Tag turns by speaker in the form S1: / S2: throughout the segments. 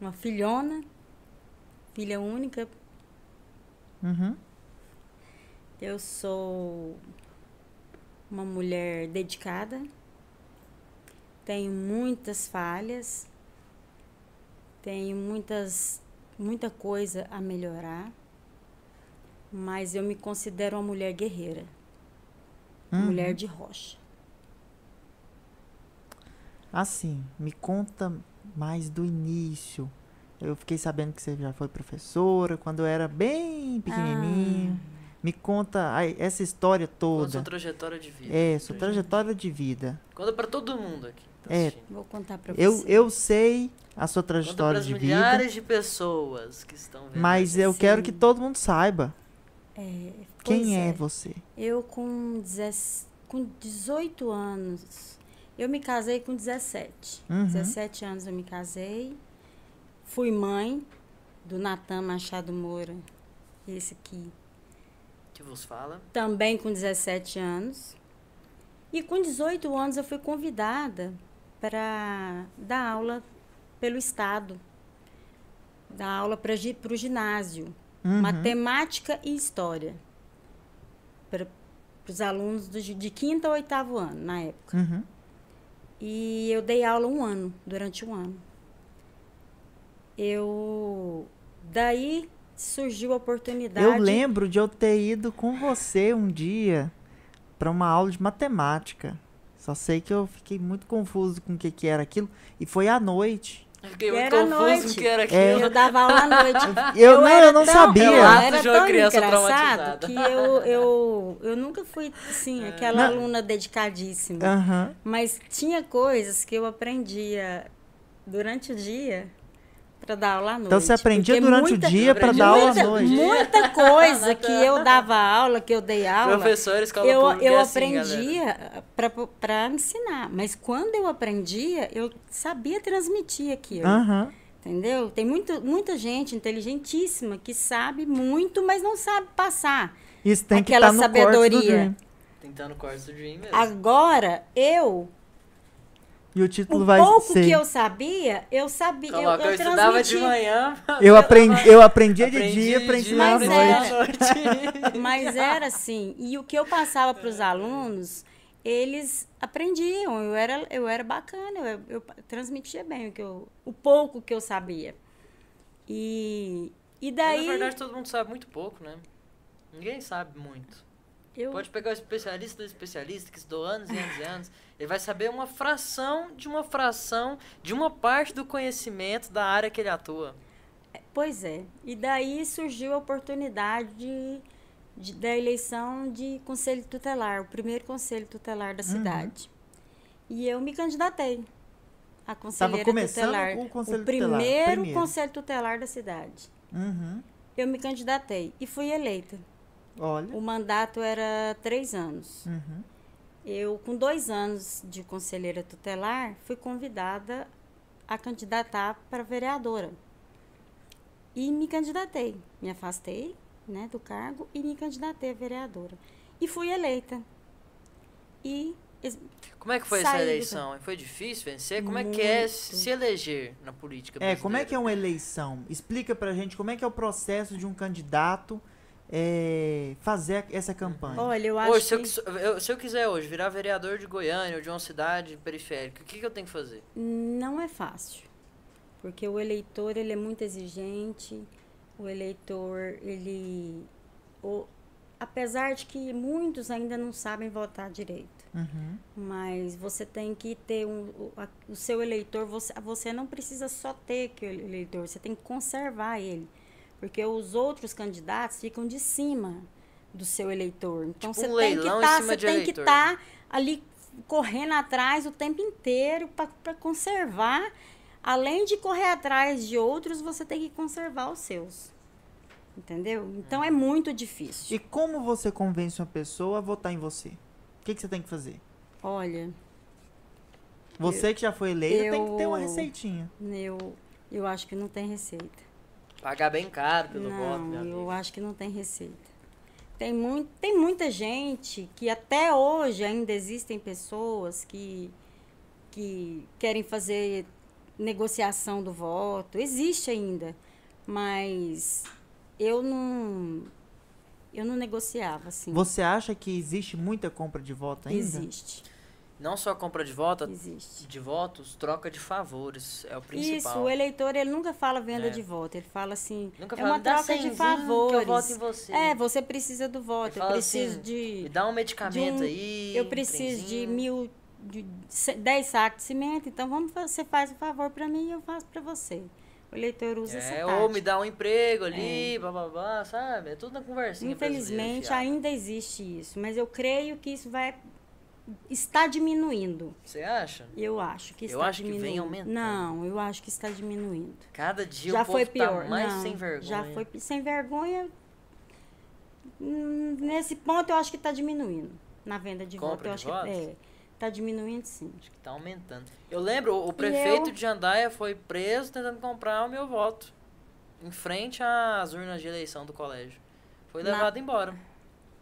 S1: uma filhona, filha única.
S2: Uhum.
S1: Eu sou uma mulher dedicada, tenho muitas falhas, tenho muitas, muita coisa a melhorar, mas eu me considero uma mulher guerreira,
S2: uhum.
S1: uma mulher de rocha.
S2: Assim, me conta mais do início. Eu fiquei sabendo que você já foi professora quando eu era bem pequenininho.
S1: Ah.
S2: Me conta a- essa história
S3: Conta sua
S2: toda.
S3: trajetória de vida.
S2: É, sua trajetória de vida.
S3: Conta pra todo mundo aqui. que tá
S2: É,
S3: assistindo.
S1: Vou contar pra
S2: Eu,
S1: você.
S2: eu sei a sua
S3: Conta
S2: trajetória
S3: pras
S2: de vida,
S3: milhares de pessoas que estão vendo.
S2: mas eu
S1: Sim.
S2: quero que todo mundo saiba
S1: Pois
S2: quem é você.
S1: Eu com, 10 com 18 anos, eu me casei com 17.
S2: Uhum.
S1: 17 anos eu me casei. Fui mãe do Natan Machado Moura, esse aqui,
S3: Que vos fala.
S1: também com 17 anos. E com 18 anos eu fui convidada para dar aula pelo Estado, dar aula para o ginásio
S2: Uhum.
S1: matemática e história para os alunos do gi- de quinto a oitavo ano na época.
S2: Uhum.
S1: E eu dei aula um ano, durante um ano. Eu daí surgiu a oportunidade.
S2: Eu lembro de eu ter ido com você um dia para uma aula de matemática. Só sei que eu fiquei muito confuso com o que, que era aquilo. E foi à noite.
S3: Eu fiquei
S1: E
S3: muito
S1: era
S3: confuso
S1: noite.
S3: com o que era
S2: É.
S1: que
S3: aquilo.
S1: Eu dava aula à noite.
S2: Eu, não,
S1: Ah, era
S2: eu não
S1: tão-
S2: sabia.
S3: Relato
S1: Era
S3: de é uma
S1: tão
S3: criança
S1: engraçado
S3: traumatizada. É.
S1: que eu, eu, eu nunca fui, assim, aquela
S2: Não. Ah.
S1: aluna dedicadíssima.
S2: Aham.
S1: Mas tinha coisas que eu aprendia durante o dia para dar aula à noite.
S2: Então você aprendia
S1: Porque
S2: durante
S1: muita-
S2: o dia para
S3: Aprendi
S2: dar aula à
S1: muita-
S2: noite.
S1: Muita coisa que eu dava aula, que eu dei aula,
S3: Professor, escola
S1: eu,
S3: pública
S1: eu
S3: é assim, galera.
S1: aprendia para ensinar. Mas quando eu aprendia, eu sabia transmitir aquilo.
S2: Aham.
S1: Entendeu? Tem muito, muita gente inteligentíssima que sabe muito, mas não sabe passar.
S2: Isso tem
S1: Aquela
S2: que estar no corte do
S1: sabedoria.
S2: Dream.
S3: Tentando corte do Dream mesmo.
S1: Agora, eu
S2: E o título
S1: O
S2: vai
S1: pouco
S2: ser.
S1: que
S2: eu
S1: eu sabia, eu sabia, eu,
S3: Coloca, eu,
S1: eu
S3: estudava de
S1: transmiti.
S3: manhã.
S2: aprendi, eu aprendi de
S3: aprendi
S2: dia para
S3: de
S2: ensinar à
S1: mas é.
S3: dia,
S2: noite.
S3: aprendi à noite.
S1: Mas era assim, e o que eu passava para os alunos, eles aprendiam, eu era, eu era bacana, eu, eu transmitia bem o, que eu, o pouco que eu sabia. E, e
S3: Mas,
S1: daí,
S3: Na verdade, todo mundo sabe muito pouco, né? Ninguém sabe muito.
S1: eu,
S3: Pode pegar o especialista do especialista, que estudou anos e anos e anos. Ele vai saber uma fração de uma fração de uma parte do conhecimento da área que ele atua.
S1: pois é, e daí surgiu a oportunidade de, de- da eleição de conselho tutelar, o primeiro conselho tutelar
S2: Uhum.
S1: da cidade. E eu me candidatei a conselheira
S2: começando
S1: tutelar.
S2: o conselho tutelar,
S1: primeiro,
S2: primeiro.
S1: conselho tutelar da cidade.
S2: Uhum.
S1: Eu me candidatei e fui eleita.
S2: Olha.
S1: O mandato era três anos.
S2: Uhum.
S1: Eu, com dois anos de conselheira tutelar, fui convidada a candidatar para vereadora. E me candidatei. Me afastei né, do cargo e me candidatei a vereadora. E fui eleita. E es-
S3: Como é que foi essa
S1: Saí do-
S3: eleição? hein? Foi difícil vencer? Como é que é
S1: Muito.
S3: se eleger na política
S2: É,
S3: brasileira?
S2: como é que é uma eleição? Explica pra gente como é que é o processo de um candidato é, fazer essa campanha.
S1: olha, eu acho
S3: Hoje, se eu,
S1: que-
S3: quis- eu- se eu quiser hoje virar vereador de Goiânia ou de uma cidade periférica, o que, que eu tenho que fazer?
S1: Não é fácil, porque o eleitor ele é muito exigente. O eleitor ele, o- apesar de que muitos ainda não sabem votar direito,
S2: Uhum.
S1: mas você tem que ter um, o, a- o seu eleitor. Você, você não precisa só ter aquele eleitor, você tem que conservar ele, porque os outros candidatos ficam de cima do seu eleitor. Então
S3: Tipo
S1: você
S3: um
S1: tem que
S3: leilão em
S1: tá-
S3: cima
S1: você
S3: de
S1: tem que
S3: eleitor.
S1: estar ali correndo atrás o tempo inteiro para conservar. Além de correr atrás de outros, você tem que conservar os seus. Entendeu? Então é muito difícil.
S2: E como você convence uma pessoa a votar em você? O que, que você tem que fazer?
S1: Olha,
S2: Você que já foi eleito tem que ter uma
S1: eu-
S2: receitinha.
S1: eu, eu acho que não tem receita.
S3: Pagar bem caro pelo voto, né, meu
S1: Não, eu
S3: amigo.
S1: acho que não tem receita. Tem, muito, tem muita gente que até hoje ainda existem pessoas que, que querem fazer negociação do voto, existe ainda, mas eu não eu não negociava assim.
S2: Você acha que existe muita compra de voto ainda?
S1: Existe.
S3: Não só compra de voto,
S1: Existe.
S3: de votos, troca de favores. É o
S1: Isso,
S3: principal.
S1: o eleitor ele nunca fala venda
S3: É.
S1: de voto, ele fala assim,
S3: Nunca
S1: é
S3: fala,
S1: uma
S3: "Me dá
S1: troca de
S3: 100zinho Que eu voto
S1: favores.
S3: em você.
S1: É, você precisa do voto,
S3: Ele
S1: eu
S3: fala
S1: preciso
S3: assim,
S1: de
S3: Me dá um medicamento
S1: de um-
S3: aí.
S1: eu
S3: um
S1: preciso de
S3: trenzinho.
S1: mil, de se- dez sacos de cimento, então vamos, fa- você faz o favor para mim e eu faço para você. O eleitor usa essa
S3: É,
S1: tática.
S3: ou me dá um emprego ali, blá blá blá, sabe? É tudo na conversinha.
S1: Infelizmente
S3: brasileira, fiado.
S1: ainda existe isso, mas eu creio que isso vai está diminuindo.
S3: Você acha?
S1: Eu acho que
S3: Eu
S1: está
S3: acho que vem
S1: diminuindo.
S3: aumentando.
S1: Não, eu acho que está diminuindo.
S3: Cada dia
S1: já
S3: o povo
S1: foi pior.
S3: tá mais
S1: Não,
S3: sem vergonha.
S1: Já foi pi- sem vergonha. Hum, Nesse ponto eu acho que está diminuindo na venda de
S3: Compra
S1: voto. Eu
S3: de
S1: acho que é, tá diminuindo sim.
S3: Acho que tá aumentando. Eu lembro, o- o prefeito
S1: eu-
S3: de Jandaia foi preso tentando comprar o meu voto. Em frente às urnas de eleição do colégio. Foi
S1: Na-
S3: levado embora. Ah,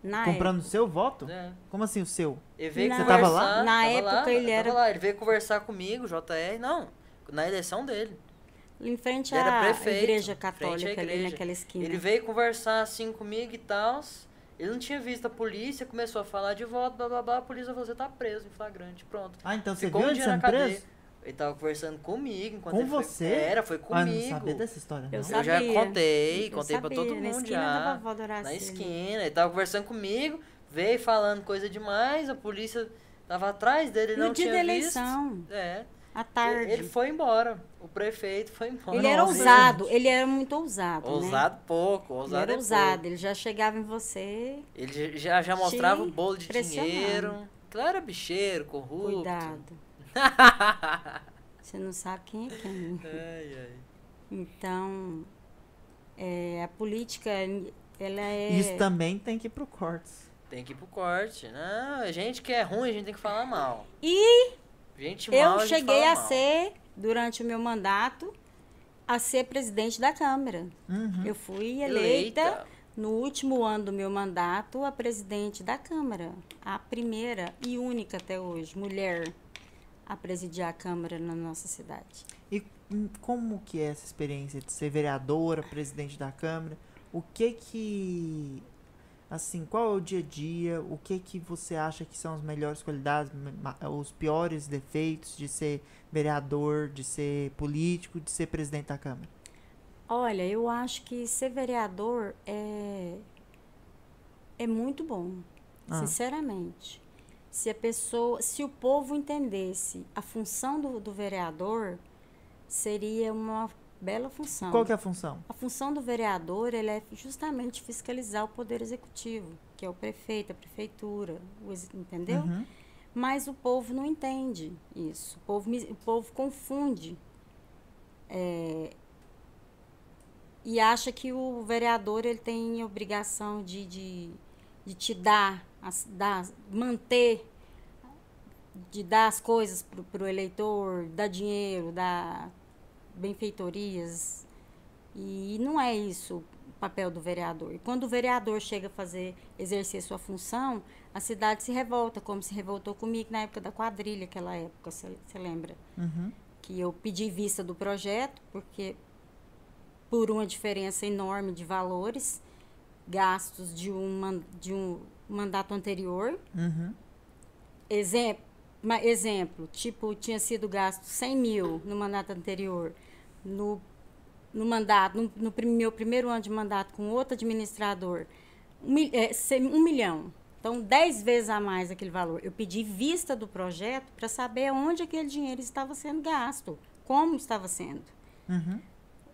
S1: Na
S2: Comprando o
S1: época,
S2: seu voto?
S3: É.
S2: Como assim o seu?
S3: Ele veio
S1: Na-
S2: Você tava
S3: conversar.
S2: lá?
S3: tava
S1: Na
S3: lá,
S1: época ele
S3: eu tava
S1: era-
S3: lá. Ele veio conversar comigo, JR. Não, na eleição dele.
S1: em frente
S3: Ele
S1: à
S3: era prefeito,
S1: igreja
S3: frente à
S1: católica ali
S3: igreja.
S1: naquela esquina.
S3: Ele veio conversar assim comigo e tal. Ele não tinha visto a polícia, começou a falar de voto, blá blá blá. A polícia falou: você tá preso em flagrante. Pronto.
S2: Ah, então você
S3: Ficou
S2: viu
S3: um
S2: ele
S3: dia na
S2: sendo
S3: cadeia.
S2: preso?
S3: Ele tava conversando comigo enquanto
S2: Com
S3: ele foi-
S2: você?
S3: Era, foi
S2: Ah, não
S3: comigo.
S2: sabia dessa história,
S1: Eu
S2: não.
S1: sa-
S3: Eu já
S1: Sabia.
S3: contei,
S1: Eu
S3: contei pra
S1: sabia,
S3: todo
S1: na
S3: mundo
S1: esquina da
S3: já.
S1: vovó Doracina.
S3: Na esquina, ele tava conversando comigo, veio falando coisa demais, a polícia tava atrás dele, ele
S1: No
S3: não
S1: dia
S3: tinha
S1: da eleição,
S3: visto. É.
S1: à tarde.
S3: Ele
S1: Ele,
S3: foi embora. O prefeito foi embora.
S1: era
S2: Nossa,
S1: ousado, ele era muito ousado. né?
S3: Ousado pouco,
S1: Ele
S3: ousado
S1: era
S3: é
S1: ousado, ele já chegava em você.
S3: pouco. Ele já, já mostrava
S1: Te
S3: o bolo de
S1: pressionava.
S3: dinheiro. Claro, era bicheiro, corrupto.
S1: Cuidado. Você não sabe quem é quem.
S3: Ai, ai.
S1: Então, é, a política, ela é.
S2: Isso também tem que ir pro cortes.
S3: Tem que ir pro corte. Não, é gente que é ruim, a gente tem que falar mal.
S1: E
S3: Gente mal,
S1: eu
S3: a gente
S1: cheguei
S3: fala
S1: a
S3: mal.
S1: ser, durante o meu mandato, a ser presidente da Câmara.
S2: Uhum.
S1: Eu fui eleita,
S3: eleita.
S1: no último ano do meu mandato a presidente da Câmara. A primeira e única até hoje mulher a presidir a Câmara na nossa cidade.
S2: E hum, como que é essa experiência de ser vereadora, presidente da Câmara? O que que... Assim, qual é o dia a dia? O que que você acha que são as melhores qualidades, me- ma- os piores defeitos de ser vereador, de ser político, de ser presidente da Câmara?
S1: Olha, eu acho que ser vereador é, é muito bom,
S2: Ah.
S1: sinceramente. Se a pessoa, se o povo entendesse a função do, do vereador, seria uma bela função.
S2: Qual que é a função?
S1: A função do vereador ele é justamente fiscalizar o poder executivo, que é o prefeito, a prefeitura, o ex- entendeu?
S2: Uhum.
S1: Mas o povo não entende isso. O povo, mis- o povo confunde. É, e acha que o vereador ele tem obrigação de, de, de te dar, as- dar, manter, de dar as coisas para o eleitor, dar dinheiro, dar benfeitorias. E não é isso o papel do vereador. E quando o vereador chega a fazer, exercer sua função, a cidade se revolta, como se revoltou comigo na época da quadrilha, aquela época, você lembra?
S2: Uhum.
S1: Que eu pedi vista do projeto, porque por uma diferença enorme de valores, gastos de um, man- de um mandato anterior,
S2: Uhum.
S1: Exemplo, exemplo, tipo, tinha sido gasto 100 mil no mandato anterior, no, no mandato, no, no prim- meu primeiro ano de mandato com outro administrador, um, mil- é, cem- um milhão. Então, 10 vezes a mais aquele valor. Eu pedi vista do projeto para saber onde aquele dinheiro estava sendo gasto, como estava sendo.
S2: Uhum.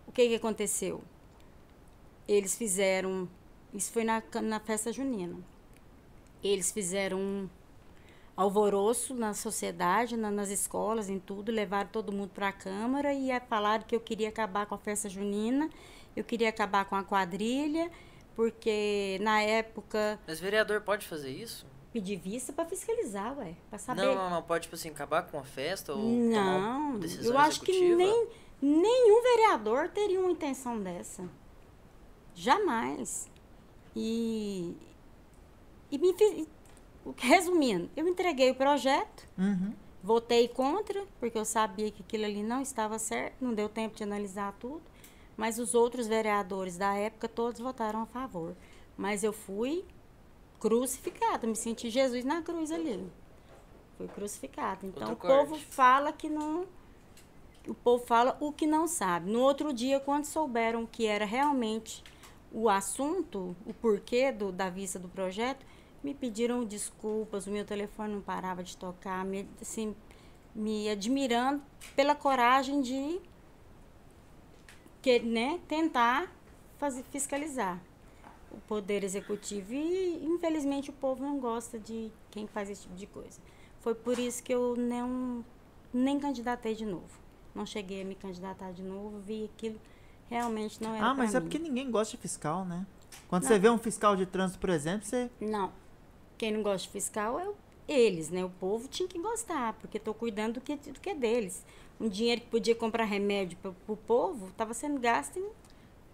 S1: O que, que aconteceu? Eles fizeram. Isso foi na, ca- na festa junina. Eles fizeram um alvoroço na sociedade, na- nas escolas, em tudo, levaram todo mundo para a Câmara e eh, falaram que eu queria acabar com a festa junina, eu queria acabar com a quadrilha, porque na época
S3: Mas vereador pode fazer isso?
S1: pedi vista para fiscalizar, ué, para saber.
S3: Não, não, não. Pode, tipo assim, acabar com a festa ou tomar uma
S1: Não,
S3: decisão
S1: eu acho que
S3: executiva?
S1: nem, nenhum vereador teria uma intenção dessa. Jamais. E, e me fiz, resumindo, eu entreguei o projeto
S2: Uhum.
S1: Votei contra, porque eu sabia que aquilo ali não estava certo, não deu tempo de analisar tudo, mas os outros vereadores da época todos votaram a favor. Mas eu fui crucificada, me senti Jesus na cruz ali. Fui crucificada. Então
S3: Outro
S1: o povo
S3: corte.
S1: fala que não o povo fala o que não sabe. No outro dia, quando souberam que era realmente o assunto, o porquê do, da vista do projeto, me pediram desculpas, o meu telefone não parava de tocar, me, assim, me admirando pela coragem de que, né, tentar fazer, fiscalizar o poder executivo. E, infelizmente, o povo não gosta de quem faz esse tipo de coisa. Foi por isso que eu não, nem candidatei de novo. Não cheguei a me candidatar de novo, vi aquilo realmente não era
S2: Ah, mas
S1: pra
S2: é
S1: mim.
S2: porque ninguém gosta de fiscal, né? Quando você vê um fiscal de trânsito, por exemplo, você.
S1: Não. Quem não gosta de fiscal é o- eles, né? O povo tinha que gostar, porque estou cuidando do que, do que é deles. Um dinheiro que podia comprar remédio para o povo estava sendo gasto em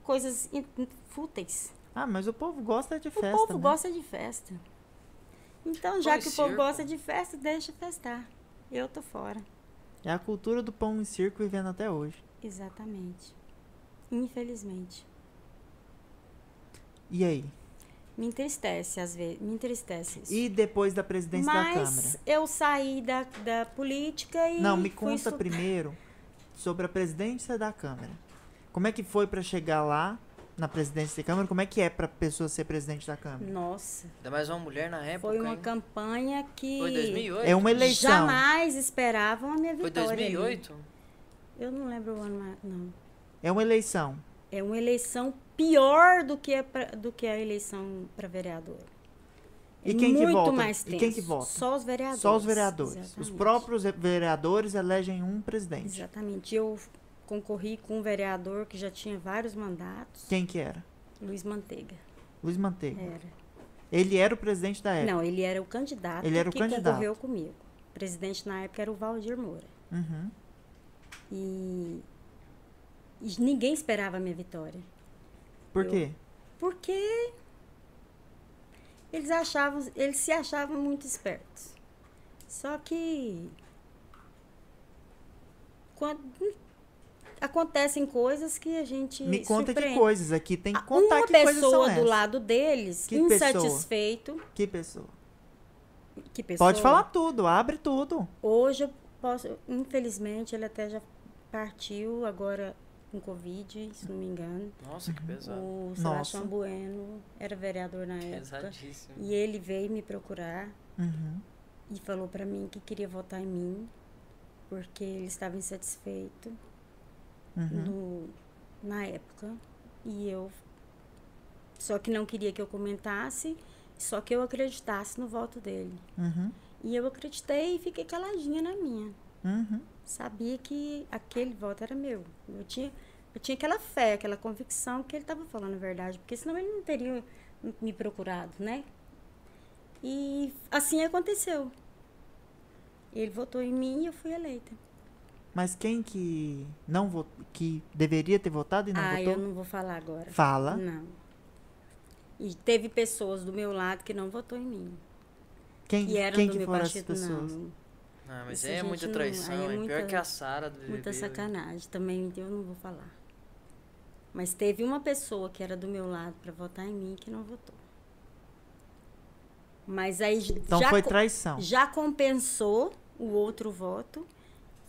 S1: coisas in- fúteis.
S2: Ah, mas o povo gosta de
S1: O
S2: festa.
S1: povo
S2: né?
S1: gosta de festa. Então, já
S3: Pão e
S1: que o povo
S3: circo.
S1: gosta de festa, deixa festar. Eu tô fora.
S2: É a cultura do pão em circo vivendo até hoje.
S1: Exatamente. Infelizmente.
S2: E aí?
S1: Me entristece, às vezes. Me entristece isso.
S2: E depois da presidência da
S1: Mas
S2: Câmara?
S1: eu saí da, da política e.
S2: Não, me
S1: fui
S2: conta
S1: estu-
S2: primeiro sobre a presidência da Câmara. Como é que foi pra chegar lá na presidência da Câmara? Como é que é pra pessoa ser presidente da Câmara?
S1: Nossa.
S3: Ainda mais uma mulher na época.
S1: Foi uma
S3: É hein?
S1: campanha que
S3: Foi 2008?
S2: É uma eleição.
S1: jamais esperavam a minha
S3: Foi
S1: vitória. ali.
S3: 2008?
S1: Eu não lembro o ano, mas- não.
S2: É uma eleição.
S1: É uma eleição pior do que a, pra- do que a eleição para vereador. É
S2: E quem que
S1: muito
S2: vota?
S1: mais
S2: E
S1: tenso.
S2: quem que vota?
S1: Só os vereadores.
S2: Só os vereadores. Os
S1: Exatamente.
S2: próprios vereadores elegem um presidente.
S1: Exatamente. Eu concorri com um vereador que já tinha vários mandatos,
S2: Quem que era?
S1: Luiz Manteiga.
S2: Luiz Manteiga.
S1: Era.
S2: Ele era o presidente da época.
S1: É. Não, ele era o candidato
S2: É. Ele era o
S1: que
S2: candidato.
S1: concorreu comigo. O presidente na época era o Valdir Moura.
S2: Uhum.
S1: E, e ninguém esperava a minha vitória.
S2: Por
S1: Eu-
S2: quê?
S1: Porque eles achavam, eles se achavam muito espertos. Só que quando acontecem coisas que a gente
S2: Me conta que
S1: surpreende.
S2: coisas aqui. Tem que
S1: Ah,
S2: contar
S1: uma
S2: que coisas são
S1: pessoa
S2: essas.
S1: do lado deles,
S2: Que pessoa?
S1: insatisfeito,
S2: Que pessoa?
S1: que pessoa?
S2: Pode falar tudo, abre tudo.
S1: Hoje eu posso, infelizmente ele até já partiu agora com Covid, se não me engano.
S3: Nossa, que pesado.
S1: O
S2: Nossa.
S1: Sebastião Bueno era vereador na época.
S3: Pesadíssimo.
S1: E ele veio me procurar
S2: Uhum.
S1: e falou pra mim que queria votar em mim, porque ele estava insatisfeito
S2: Uhum.
S1: no- na época. E eu. Só que não queria que eu comentasse, só que eu acreditasse no voto dele.
S2: Uhum.
S1: E eu acreditei e fiquei caladinha na minha.
S2: Uhum.
S1: Sabia que aquele voto era meu. Eu tinha, eu tinha aquela fé, aquela convicção que ele estava falando a verdade, porque senão ele não teria me procurado, né? E assim aconteceu. Ele votou em mim e eu fui eleita.
S2: Mas quem que não vo... que deveria ter votado e não
S1: ah, eu
S2: votou?
S1: não vou falar agora.
S2: Fala.
S1: Não. E teve pessoas do meu lado que não votou em mim.
S2: Quem,
S1: Que eram
S2: quem
S1: do
S2: que
S1: meu
S2: foram essas
S1: partido,
S2: pessoas?
S1: não.
S3: Ah, mas
S1: Isso,
S3: é
S1: gente,
S3: muita
S1: não-
S3: traição,
S1: aí é
S3: hein? Pior
S1: muita-
S3: que a Sara do BBB.
S1: Muita
S3: velho.
S1: sacanagem. Também eu não vou falar. Mas teve uma pessoa que era do meu lado para votar em mim que não votou. Mas aí j-
S2: Então
S1: já,
S2: foi
S1: co-
S2: traição.
S1: já compensou o outro voto.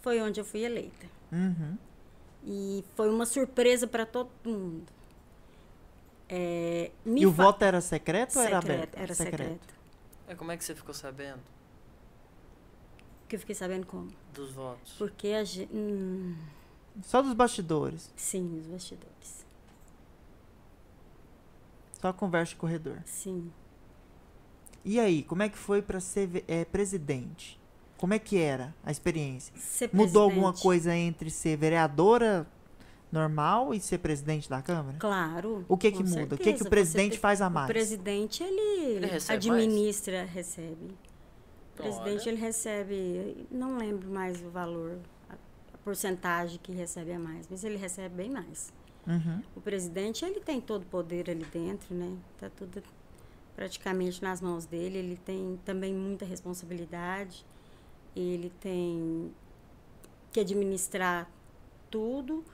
S1: Foi onde eu fui eleita.
S2: Uhum.
S1: E foi uma surpresa para todo mundo. É, me
S2: E o
S1: fa-
S2: voto era secreto ou era
S1: Secreto,
S2: aberto?
S1: Era secreto.
S3: Mas como é que você ficou sabendo
S1: Que eu fiquei sabendo como.
S3: dos votos?
S1: Porque a gente.
S2: Só dos bastidores.
S1: sim, os bastidores.
S2: Só conversa de corredor.
S1: Sim.
S2: E aí, como é que foi pra ser ve- eh, presidente? Como é que era a experiência?
S1: Ser
S2: Mudou alguma
S1: presidente.
S2: coisa entre ser vereadora normal e ser presidente da Câmara?
S1: Claro.
S2: O que que
S1: com
S2: muda? O que que
S1: certeza.
S2: o presidente
S1: Você-
S2: faz a mais?
S1: O presidente, ele,
S3: Ele recebe mais?
S1: administra, recebe. O presidente,
S3: Então, Olha.
S1: ele recebe, não lembro mais o valor, a, a porcentagem que recebe a mais, mas ele recebe bem mais.
S2: Uhum.
S1: O presidente, ele tem todo o poder ali dentro, né? Tá tudo praticamente nas mãos dele, ele tem também muita responsabilidade. ele tem que administrar tudo,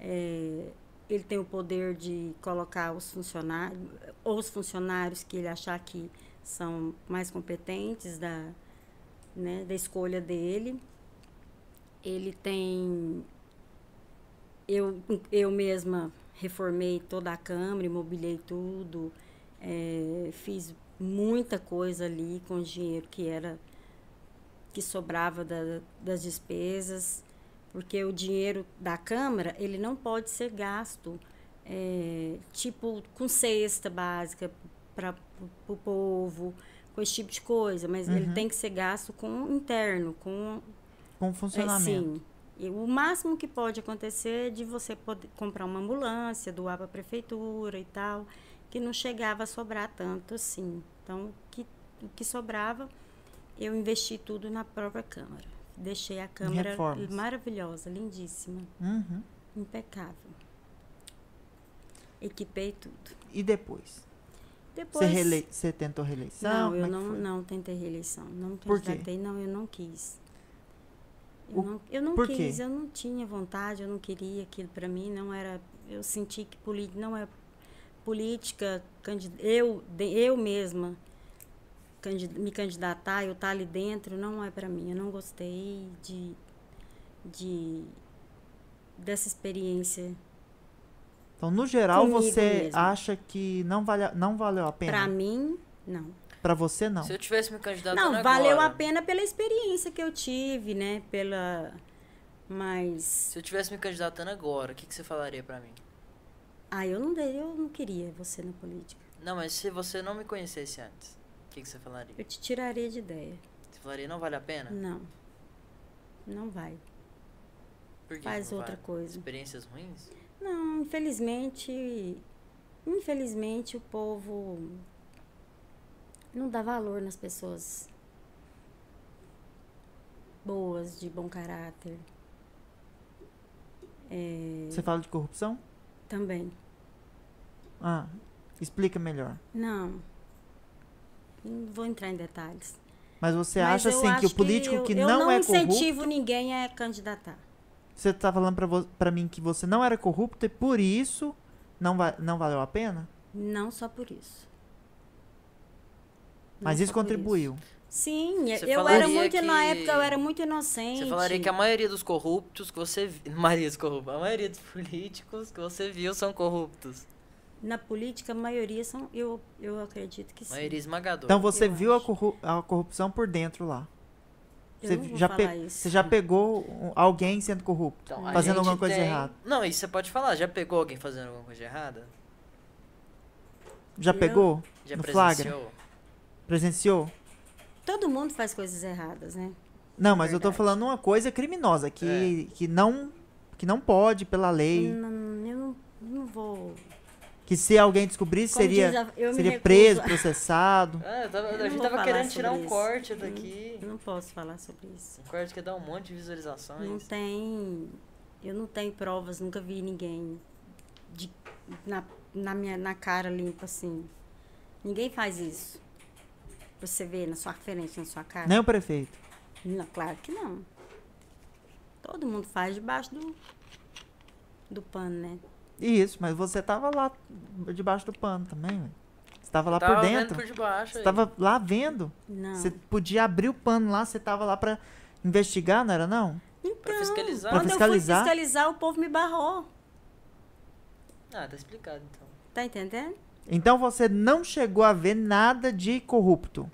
S1: é, ele tem o poder de colocar os funcionários, os funcionários que ele achar que são mais competentes da, né, da escolha dele. Ele tem. Eu, eu mesma reformei toda a câmara, mobilei tudo, é, fiz muita coisa ali com o dinheiro que era que sobrava da, das despesas, porque o dinheiro da Câmara ele não pode ser gasto é, tipo com cesta básica para o povo, com esse tipo de coisa, mas
S2: Uhum.
S1: ele tem que ser gasto com o interno, com
S2: Com funcionamento.
S1: É, sim. E o máximo que pode acontecer é de você poder comprar uma ambulância, doar para a prefeitura e tal, que não chegava a sobrar tanto assim. Então, o que, o que sobrava, eu investi tudo na própria Câmara. Deixei a Câmara
S2: reformas.
S1: maravilhosa, lindíssima,
S2: Uhum.
S1: impecável. Equipei tudo.
S2: E depois?
S1: Depois.
S2: Você, rele... você tentou reeleição?
S1: Não,
S2: Como é
S1: eu
S2: que
S1: não,
S2: foi?
S1: não tentei reeleição. Não me
S2: Por quê?
S1: candidatei, não, eu não quis. Eu
S2: O-
S1: não, eu não
S2: por quê?
S1: quis, eu não tinha vontade, eu não queria aquilo para mim, não era. Eu senti que poli, não é política, candid- eu, de- eu mesma candid- me candidatar, eu estar ali dentro, não é para mim. Eu não gostei de, de dessa experiência.
S2: Então, no geral,
S1: Comigo
S2: você
S1: mesmo.
S2: acha que não, vale... a- não valeu a
S1: Para
S2: pena?
S1: mim, não.
S2: Pra você, não.
S3: Se eu tivesse me candidatado
S1: Não,
S3: agora,
S1: valeu a pena pela experiência que eu tive, né? Pela. Mas.
S3: Se eu tivesse me candidatando agora, o que, que você falaria pra mim?
S1: Ah, eu não dei, eu não queria você na política.
S3: Não, mas se você não me conhecesse antes, o que, que você falaria?
S1: Eu te tiraria de ideia.
S3: Você falaria, não vale a pena?
S1: Não. Não vai.
S3: Por que
S1: Faz
S3: não
S1: outra
S3: vale?
S1: coisa.
S3: Experiências ruins?
S1: Não, infelizmente. Infelizmente o povo não dá valor nas pessoas boas, de bom caráter. É,
S2: Você fala de corrupção?
S1: também.
S2: Ah, explica melhor.
S1: Não. Não vou entrar em detalhes.
S2: Mas você
S1: Mas
S2: acha,
S1: eu
S2: assim, que o
S1: acho
S2: político
S1: eu-
S2: que
S1: eu
S2: não, é corrupto...
S1: incentivo ninguém a candidatar.
S2: Você tá falando pra, vo- pra mim que você não era corrupto e por isso não, va- não valeu a pena?
S1: Não só por isso. Não
S2: Mas
S1: só
S2: isso
S1: por
S2: contribuiu.
S1: Sim,
S3: Você
S1: eu
S3: falaria
S1: era muito na
S3: que-
S1: época eu era muito inocente.
S3: Você falaria que a maioria dos corruptos que você viu. Maria dos corruptos. A maioria dos políticos que você viu são corruptos.
S1: na política a maioria são eu eu acredito que sim.
S3: Maioria esmagadora.
S2: Então você
S1: eu
S2: viu a,
S1: acho.
S2: corru- a corrupção por dentro lá.
S1: Eu
S2: Você
S1: não vou
S2: já,
S1: falar
S2: pe-
S1: isso.
S2: você já pegou um- alguém sendo corrupto,
S3: Então, a
S2: fazendo
S3: gente
S2: alguma coisa
S3: tem-
S2: errada.
S3: Não, isso você pode falar. Já pegou alguém fazendo alguma coisa errada?
S2: Já
S1: Eu-
S2: pegou?
S3: Já
S2: No flagra.
S3: presenciou?
S2: Presenciou?
S1: Todo mundo faz coisas erradas, né?
S2: Não, mas eu tô
S3: Verdade.
S2: falando uma coisa criminosa que,
S1: É.
S2: que, não, que não pode pela
S1: Hum.
S2: lei.
S1: Não, eu não, não vou.
S2: Que se alguém descobrisse,
S1: Como
S2: seria,
S1: diz a- eu me
S2: seria
S1: recuso
S2: preso,
S1: a-
S2: processado.
S3: Ah, eu tava-
S1: Eu
S3: a
S1: não
S3: gente
S1: vou
S3: tava
S1: falar
S3: querendo
S1: sobre
S3: tirar um
S1: isso. Hum.
S3: corte
S1: Eu não-
S3: daqui.
S1: Eu não posso falar sobre isso.
S3: Um corte que ia dar um monte de
S1: Não
S3: visualizações.
S1: tem. Eu não tenho provas, nunca vi ninguém de, na, na, minha, na cara limpa assim. Ninguém faz isso. Você vê na sua frente, na sua cara?
S2: Nem o prefeito.
S1: Não, claro que não. Todo mundo faz debaixo do, do pano, né?
S2: Isso, mas você tava lá debaixo do pano também, ué. Você tava lá
S3: tava
S2: por
S3: vendo
S2: dentro.
S3: Tá por debaixo.
S2: Você
S3: aí.
S2: tava lá vendo.
S1: Não.
S2: Você podia abrir o pano lá, você tava lá pra investigar, não era não?
S3: Pra fiscalizar.
S2: Pra
S1: Então, Quando
S2: fiscalizar?
S1: eu fui fiscalizar, o povo me barrou.
S3: Ah, tá explicado então.
S1: Tá entendendo?
S2: Então você não chegou a ver nada de corrupto.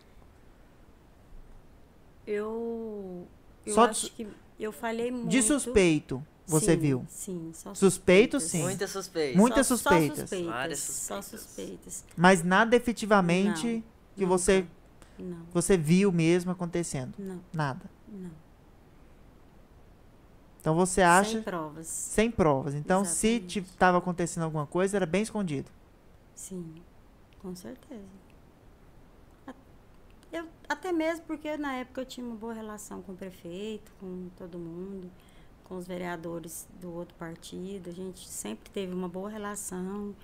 S1: Eu. Eu
S2: Só
S1: acho
S2: de-
S1: que. Eu falei muito.
S2: De suspeito, você
S1: Sim,
S2: vieu.
S1: Sim, só
S2: Suspeito,
S1: suspeitas.
S2: Sim.
S3: Muita suspeita.
S2: Muito- Muitas
S1: Só-
S2: suspeitas.
S1: Só suspeitas.
S3: Várias
S1: Só
S3: suspeitas.
S1: suspeitas.
S2: Mas nada efetivamente
S1: Não,
S2: que
S1: nunca.
S2: você
S1: Não,
S2: você viu mesmo acontecendo.
S1: não,
S2: Nada.
S1: não.
S2: Então você acha
S1: Sem
S2: sem,
S1: provas.
S2: provas. Então se
S1: Exatamente.
S2: estava acontecendo alguma coisa, era bem escondido.
S1: Sim, com certeza. A- Eu, até mesmo porque na época eu tinha uma boa relação com o prefeito, com todo mundo, com os vereadores do outro partido. A gente sempre teve uma boa relação.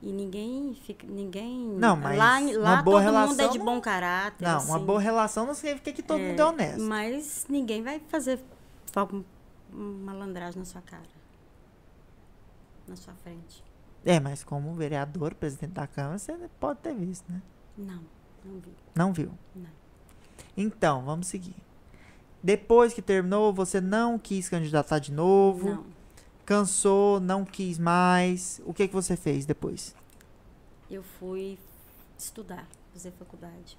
S1: E ninguém fica. Ninguém.
S2: Não, mas
S1: lá,
S2: uma
S1: lá
S2: boa
S1: todo mundo é
S2: relação
S1: de
S2: não-
S1: bom caráter.
S2: Não, uma
S1: assim.
S2: boa relação não significa que todo mundo é honesto.
S1: Mas ninguém vai fazer fa- um- malandragem na sua cara. Na sua frente.
S2: É, mas como vereador, presidente da Câmara, você pode ter visto, né?
S1: Não, não vi.
S2: Não viu?
S1: Não.
S2: Então, vamos seguir. Depois que terminou, você não quis candidatar de novo,
S1: Não.
S2: cansou, não quis mais. O que, que você fez depois?
S1: Eu fui estudar, fazer faculdade.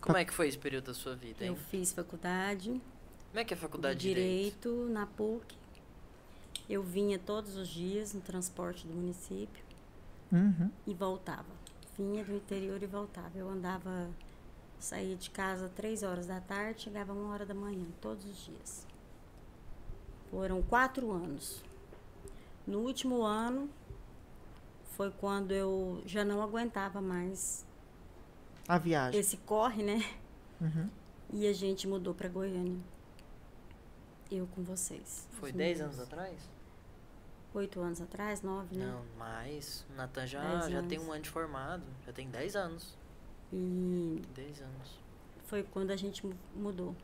S3: Como é que foi esse período da sua vida,
S1: Eu
S3: hein?
S1: fiz faculdade,
S3: Como é que é a faculdade de Direito?
S1: direito, na PUC. Eu vinha todos os dias no transporte do município
S2: Uhum.
S1: e voltava. Vinha do interior e voltava. Eu andava, saía de casa três horas da tarde, chegava uma hora da manhã, todos os dias. Foram quatro anos. No último ano foi quando eu já não aguentava mais
S2: A viagem.
S1: esse corre, né?
S2: Uhum.
S1: E a gente mudou pra Goiânia. Eu com vocês.
S3: Foi
S1: Os
S3: 10
S1: meninos.
S3: anos atrás?
S1: Oito anos atrás, nove, né?
S3: Não, mais. O Natan já,
S1: Dez
S3: já tem
S1: anos.
S3: um ano de formado. Já tem 10 anos.
S1: E
S3: 10 anos.
S1: foi quando a gente mu- mudou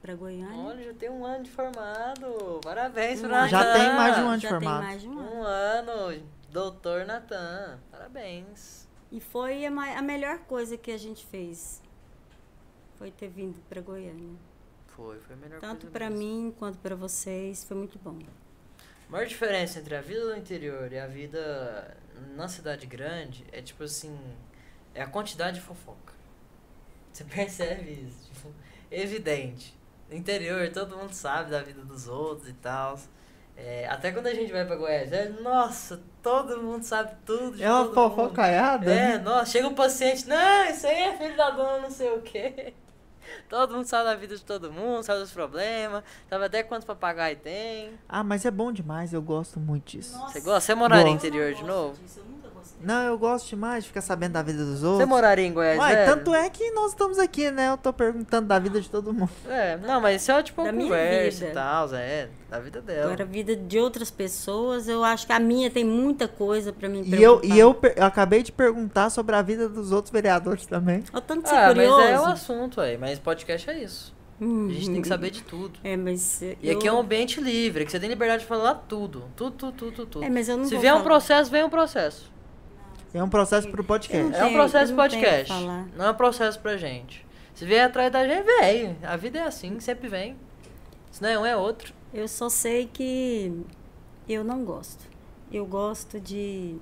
S1: pra Goiânia. Um
S3: Olha, já tem um ano de formado. Parabéns, pro
S2: Já
S3: Natan.
S2: tem mais de um ano. de
S1: Já Hum, tem
S2: formato.
S1: mais de um ano.
S3: Um ano. Doutor Natan. Parabéns.
S1: E foi a, mai- a melhor coisa que a gente fez. Foi ter vindo pra Goiânia.
S3: Foi, foi a melhor coisa
S1: Tanto pra
S3: mesmo.
S1: mim quanto pra vocês, foi muito bom.
S3: A maior diferença entre a vida do interior e a vida na cidade grande é tipo assim. É a quantidade de fofoca. Você percebe isso, tipo, evidente. No interior todo mundo sabe da vida dos outros e tal. até quando a gente vai pra Goiás, é, nossa, todo mundo sabe tudo de
S2: É uma né?
S3: todo mundo.
S2: fofocaiada?
S3: É, nossa, chega o paciente, não, isso aí é filho da dona, não sei o quê. Todo mundo sabe da vida de todo mundo, sabe dos problemas, sabe até quantos papagaio tem.
S2: Ah, mas é bom demais, eu gosto muito disso.
S3: Você gosta? Você moraria
S2: Gosto.
S3: em interior de novo?
S1: eu nunca gostei.
S2: Não, eu gosto demais de ficar sabendo da vida dos
S3: Você
S2: outros.
S3: moraria em Goiás,
S2: Uai,
S3: velho?
S2: tanto é que nós estamos aqui, né? Eu tô perguntando da vida de todo mundo.
S3: É, não, mas isso é tipo uma
S1: Da minha
S3: conversa e
S1: vida.
S3: tal, é, da vida dela.
S1: Agora, a vida de outras pessoas, eu acho que a minha tem muita coisa pra mim
S2: E eu,
S1: preocupar.
S2: e eu, per- eu acabei de perguntar sobre a vida dos outros vereadores também.
S1: Olha o tanto de ser
S3: ah,
S1: curioso. Uhum.
S3: mas é o assunto aí, mas podcast é isso. A gente tem que saber de tudo.
S1: É, mas. eh,
S3: E
S1: eu...
S3: aqui é um ambiente livre, que você tem liberdade de falar tudo. Tudo, tudo, tudo, tudo.
S1: É, mas eu não
S3: Se
S1: vou
S3: vier um
S1: falar.
S3: processo, vem um processo.
S2: É um processo pro podcast.
S1: Não
S3: É um
S1: tem-
S3: processo
S1: não tem o que
S3: podcast.
S1: falar.
S3: Não é um processo pra gente. Se vier atrás da gente, vem. A vida é assim, sempre vem. Se não é um, é outro.
S1: Eu só sei que eu não gosto. Eu gosto de.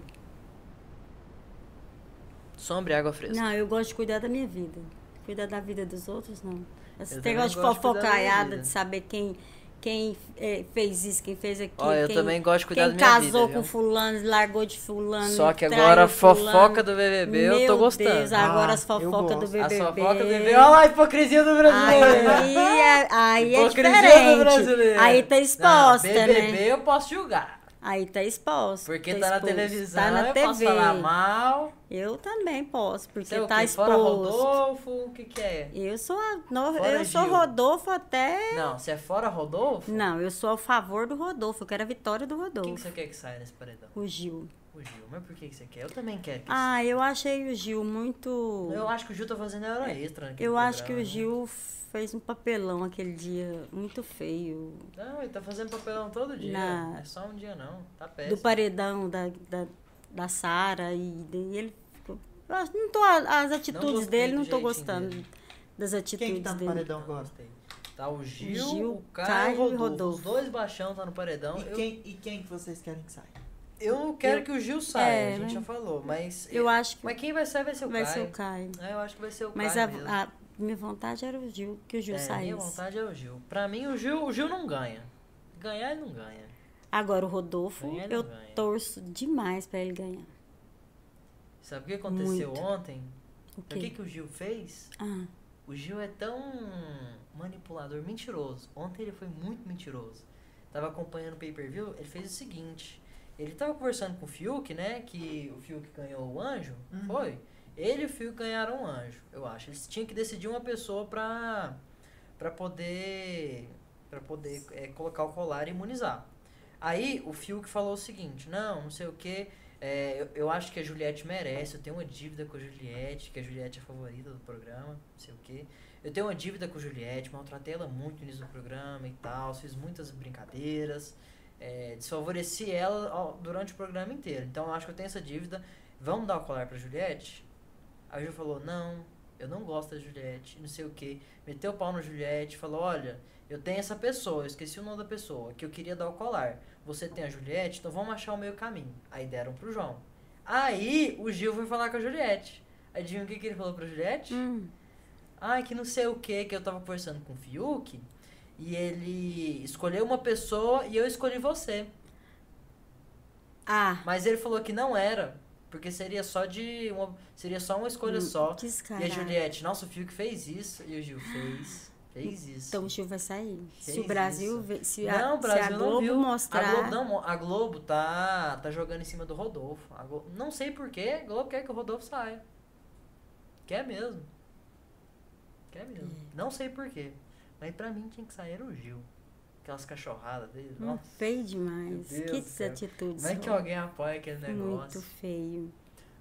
S3: Sombra e água fresca.
S1: Não, eu gosto de cuidar da minha vida. Cuidar da vida dos outros, não. Esse
S3: Eu também
S1: negócio de
S3: gosto de cuidar da minha
S1: fofocaiada,
S3: vida.
S1: de saber quem, quem eh, fez isso, quem fez aquilo.
S3: Ó, eu
S1: quem,
S3: também gosto de cuidar
S1: quem
S3: da minha vida,
S1: casou
S3: viu?
S1: com fulano, largou de fulano.
S3: Só que
S1: traiu
S3: agora a
S1: fulano.
S3: fofoca do BBB eu tô
S1: Meu
S3: gostando.
S1: Deus, agora
S2: Ah,
S1: as
S2: eu
S1: fofocas do
S2: gosto.
S1: BBB.
S3: A fofoca do BBB. Olha lá a hipocrisia do brasileiro.
S1: Aí, é- aí é
S3: Hipocrisia do
S1: diferente.
S3: brasileiro.
S1: Aí tá exposta,
S3: não, BBB
S1: né?
S3: eu posso julgar.
S1: Aí tá exposto.
S3: Porque tá, na
S1: exposto.
S3: televisão,
S1: Tá na
S3: eu
S1: TV.
S3: posso falar mal.
S1: Eu também posso, porque
S3: Sei o
S1: tá
S3: quê, fora
S1: exposto.
S3: Rodolfo, o que que é?
S1: Eu sou a, no-
S3: Fora
S1: eu sou
S3: Gil.
S1: Rodolfo até.
S3: Não, se é fora Rodolfo,
S1: Não, eu sou a favor do Rodolfo. Eu quero a vitória do
S3: quem que
S1: Rodolfo.
S3: você quer que saia nesse paredão?
S1: O Gil.
S3: O Gil, mas por que que você quer? Eu também quero que
S1: Ah, eu achei o Gil muito.
S3: Eu acho que o Gil tá fazendo hora extra naquele
S1: Eu acho que o
S3: programa, né?
S1: Gil fez um papelão aquele dia muito feio.
S3: Não, ele tá fazendo papelão todo dia.
S1: Na-
S3: Não É só um dia não, tá péssimo.
S1: Do paredão da, da, da Sara e, de- e ele ficou. Eu acho- não tô, as atitudes
S3: gostei
S1: dele,
S3: do
S1: não tô
S3: jeitinho
S1: gostando
S3: dele.
S1: das atitudes
S2: tá no
S1: dele.
S2: paredão? Então,
S3: Não,
S2: agora.
S3: gostei. Tá o Gil,
S1: Gil,
S3: o Caio
S1: Caio
S3: e
S1: e
S3: o Rodolfo. Os
S1: Rodolfo.
S3: dois baixão tá no paredão.
S2: E
S3: Eu,
S2: quem, e quem que vocês querem que saia?
S3: eu não quero que o Gil saia,
S1: É,
S3: a gente
S1: né?
S3: já falou, mas...
S1: Eu acho que
S3: Mas quem vai sair vai ser o
S1: vai
S3: Caio.
S1: ser o Caio.
S3: É, eu acho que vai ser o
S1: Mas a,
S3: Caio mesmo.
S1: a minha vontade era o Gil, que o Gil
S3: é, Minha
S1: saísse.
S3: vontade é o Gil. Pra mim, o Gil, o Gil não ganha. Ganhar, ele não ganha.
S1: Agora o Rodolfo,
S3: Ganhar, ele
S1: eu
S3: ganha.
S1: torço demais pra ele ganhar.
S3: Sabe o que aconteceu
S1: Muito.
S3: ontem?
S1: O
S3: Sabe Então, O que,
S1: quê?
S3: que o Gil fez?
S1: Ah,
S3: O Gil é tão manipulador, mentiroso. Ontem ele foi muito mentiroso. Tava acompanhando o pay-per-view, ele fez o seguinte. Ele tava conversando com o Fiuk, né? Que o Fiuk ganhou o anjo, foi? Ele e o Fiuk ganharam o anjo, eu acho. Eles tinham que decidir uma pessoa pra, pra poder, pra poder é, colocar o colar e imunizar. Aí o Fiuk falou o seguinte: não, não sei o que. É, eu, eu acho que a Juliette merece. Eu tenho uma dívida com a Juliette, que a Juliette é a favorita do programa, não sei o que. Eu tenho uma dívida com a Juliette, maltratei ela muito no início do programa e tal, fiz muitas brincadeiras, é, desfavoreci ela ao- durante o programa inteiro. Então eu acho que eu tenho essa dívida. Vamos dar o colar pra Juliette? A Ju falou: não, eu não gosto da Juliette, não sei o que. Meteu o pau na Juliette, falou: olha. Eu tenho essa pessoa, eu esqueci o nome da pessoa, que eu queria dar o colar. Você tem a Juliette, então vamos achar o meio caminho. Aí deram pro João. Aí o Gil foi falar com a Juliette. Adivinha o que, que ele falou pra Juliette?
S1: Hum,
S3: Ai, que não sei o que, que eu tava conversando com o Fiuk. E ele escolheu uma pessoa e eu escolhi você.
S1: Ah,
S3: Mas ele falou que não era, porque seria só de uma, seria só uma
S1: hum,
S3: escolha só. E a
S1: descarado.
S3: Juliette, nossa, o Fiuk fez isso e o Gil fez, fez isso.
S1: Então o Gil vai sair. se o
S3: Fez
S1: Brasil,
S3: isso.
S1: vê- se, a,
S3: Não, o
S1: se a
S3: Brasil não
S1: Globo
S3: viu.
S1: mostrar.
S3: A Globo, não, mo- a Globo tá, tá jogando em cima do Rodolfo. A Glo- não sei porquê, a Globo quer que o Rodolfo saia. Quer mesmo. Quer mesmo.
S1: É.
S3: Não sei porquê. Mas pra mim tinha que sair era o Gil. Aquelas cachorradas dele.
S1: Hum,
S3: Nossa.
S1: feio demais.
S3: Meu Deus do
S1: Que
S3: céu.
S1: atitudes.
S3: Como é que
S1: ó.
S3: alguém apoia aquele negócio?
S1: Muito feio.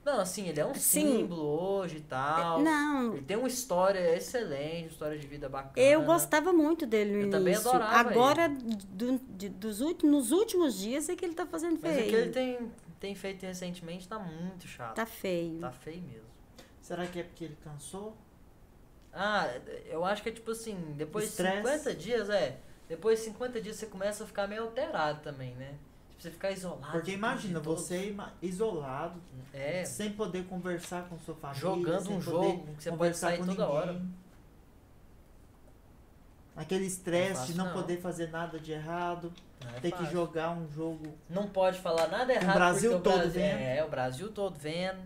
S3: Não, assim, ele é um
S1: Sim.
S3: símbolo hoje e tal.
S1: Não,
S3: Ele tem uma história excelente, uma história de vida bacana.
S1: eu gostava muito dele no
S3: Eu
S1: início.
S3: também adorava
S1: Agora, do- de- dos últimos, nos últimos dias, é que ele tá fazendo
S3: Mas o
S1: feio.
S3: que ele tem, tem feito recentemente tá muito chato.
S1: Tá feio.
S3: tá feio mesmo.
S2: Será que é porque ele cansou?
S3: Ah, eu acho que é tipo assim, depois de
S2: Estresse.
S3: 50 dias, é. Depois de 50 dias você começa a ficar meio alterado também, né? Tipo, você ficar isolado.
S2: Porque
S3: de
S2: imagina,
S3: todos.
S2: você ima- isolado,
S3: É,
S2: sem poder conversar com sua família.
S3: jogando
S2: sem
S3: um
S2: poder
S3: jogo que você pode
S2: conversar
S3: sair
S2: com
S3: toda
S2: ninguém.
S3: hora.
S2: Aquele
S3: Não
S2: estresse
S3: faço,
S2: de não,
S3: não.
S2: poder fazer nada de errado,
S3: Não é
S2: ter que
S3: fácil.
S2: jogar um jogo.
S3: Não pode falar nada errado. porque
S2: Brasil
S3: o
S2: todo
S3: Brasil,
S2: vendo.
S3: É, o Brasil todo vendo.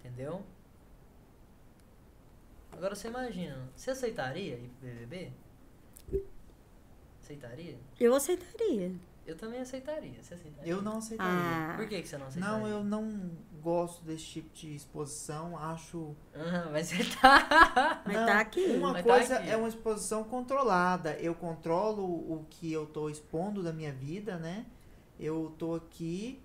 S3: Entendeu? Agora você imagina, você aceitaria ir pro BBB? Aceitaria?
S1: Eu aceitaria.
S3: Eu também aceitaria. Você aceitaria?
S2: Eu não aceitaria.
S1: Ah,
S3: Por que, que você não aceitaria?
S2: não, eu não gosto desse tipo de exposição. Acho
S3: Ah, mas você tá.
S1: mas
S2: Não,
S1: tá aqui.
S2: Uma
S3: Mas tá
S2: coisa
S3: aqui.
S2: é uma exposição controlada. Eu controlo o que eu tô expondo da minha vida, né? Eu tô aqui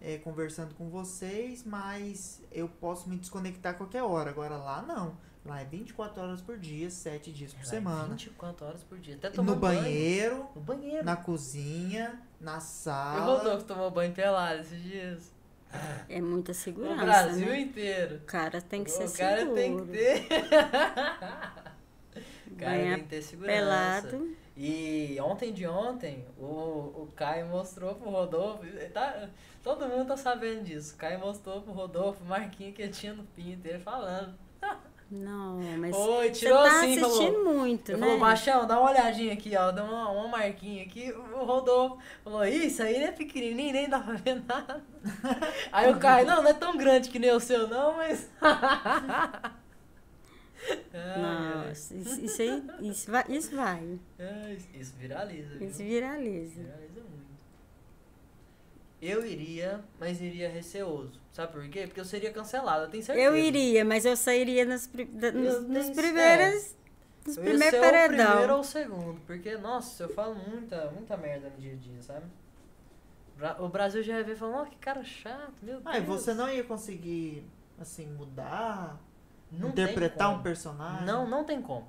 S2: é, conversando com vocês, mas eu posso me desconectar a qualquer hora. Agora lá não. Lá é 24 horas por dia, 7 dias por
S3: Ela é
S2: semana.
S3: 24 horas por dia. Até tomar
S2: No
S3: banho.
S2: banheiro,
S3: No banheiro.
S2: na cozinha, na
S3: E o
S2: sala.
S3: Rodolfo tomou banho pelado esses dias.
S1: É muita
S3: No
S1: segurança.
S3: Brasil
S1: né?
S3: inteiro.
S1: O cara tem que ser
S3: o cara
S1: seguro.
S3: tem que ter. o cara
S1: Banhar
S3: tem que ter segurança.
S1: Pelado.
S3: E ontem de ontem, o, o Caio mostrou pro Rodolfo. ele Tá, todo mundo tá sabendo disso. O Caio mostrou pro Rodolfo o marquinho que ele tinha no pinto. Ele falando.
S1: Não, mas.
S3: Oi,
S1: Você
S3: tirou
S1: tá
S3: assim, falou.
S1: assistindo muito,
S3: Eu
S1: né?
S3: falou, Baixão, dá uma olhadinha aqui, ó. Dá uma, uma marquinha aqui. O Rodolfo falou, isso aí não é pequenininho, nem dá pra ver nada. Aí o Caio, não, não é tão grande que nem o seu, não, mas... Ai,
S1: Nossa, isso, isso aí. Isso vai. Isso, vai,
S3: ai, isso- isso viraliza, viu?
S1: isso
S3: Isso
S1: viraliza.
S3: viraliza muito. Eu iria, mas iria receoso. Sabe por quê? Porque eu seria cancelado, eu tenho certeza.
S1: Eu iria, mas eu sairia nos, pri- da- nos,
S3: Eu
S1: nos
S3: tenho-
S1: primeiros. Nos
S3: Eu ia
S1: primeiros
S3: ser o primeiro
S1: paredão.
S3: ou o segundo, porque, nossa, eu falo muita, muita merda no dia a dia, sabe? Bra- O Brasil já ia ver falando, ó, que cara chato, meu Deus.
S2: Ah, e você não ia conseguir, assim, mudar,
S3: Não tem
S2: interpretar
S3: como.
S2: um personagem?
S3: Não, não tem como.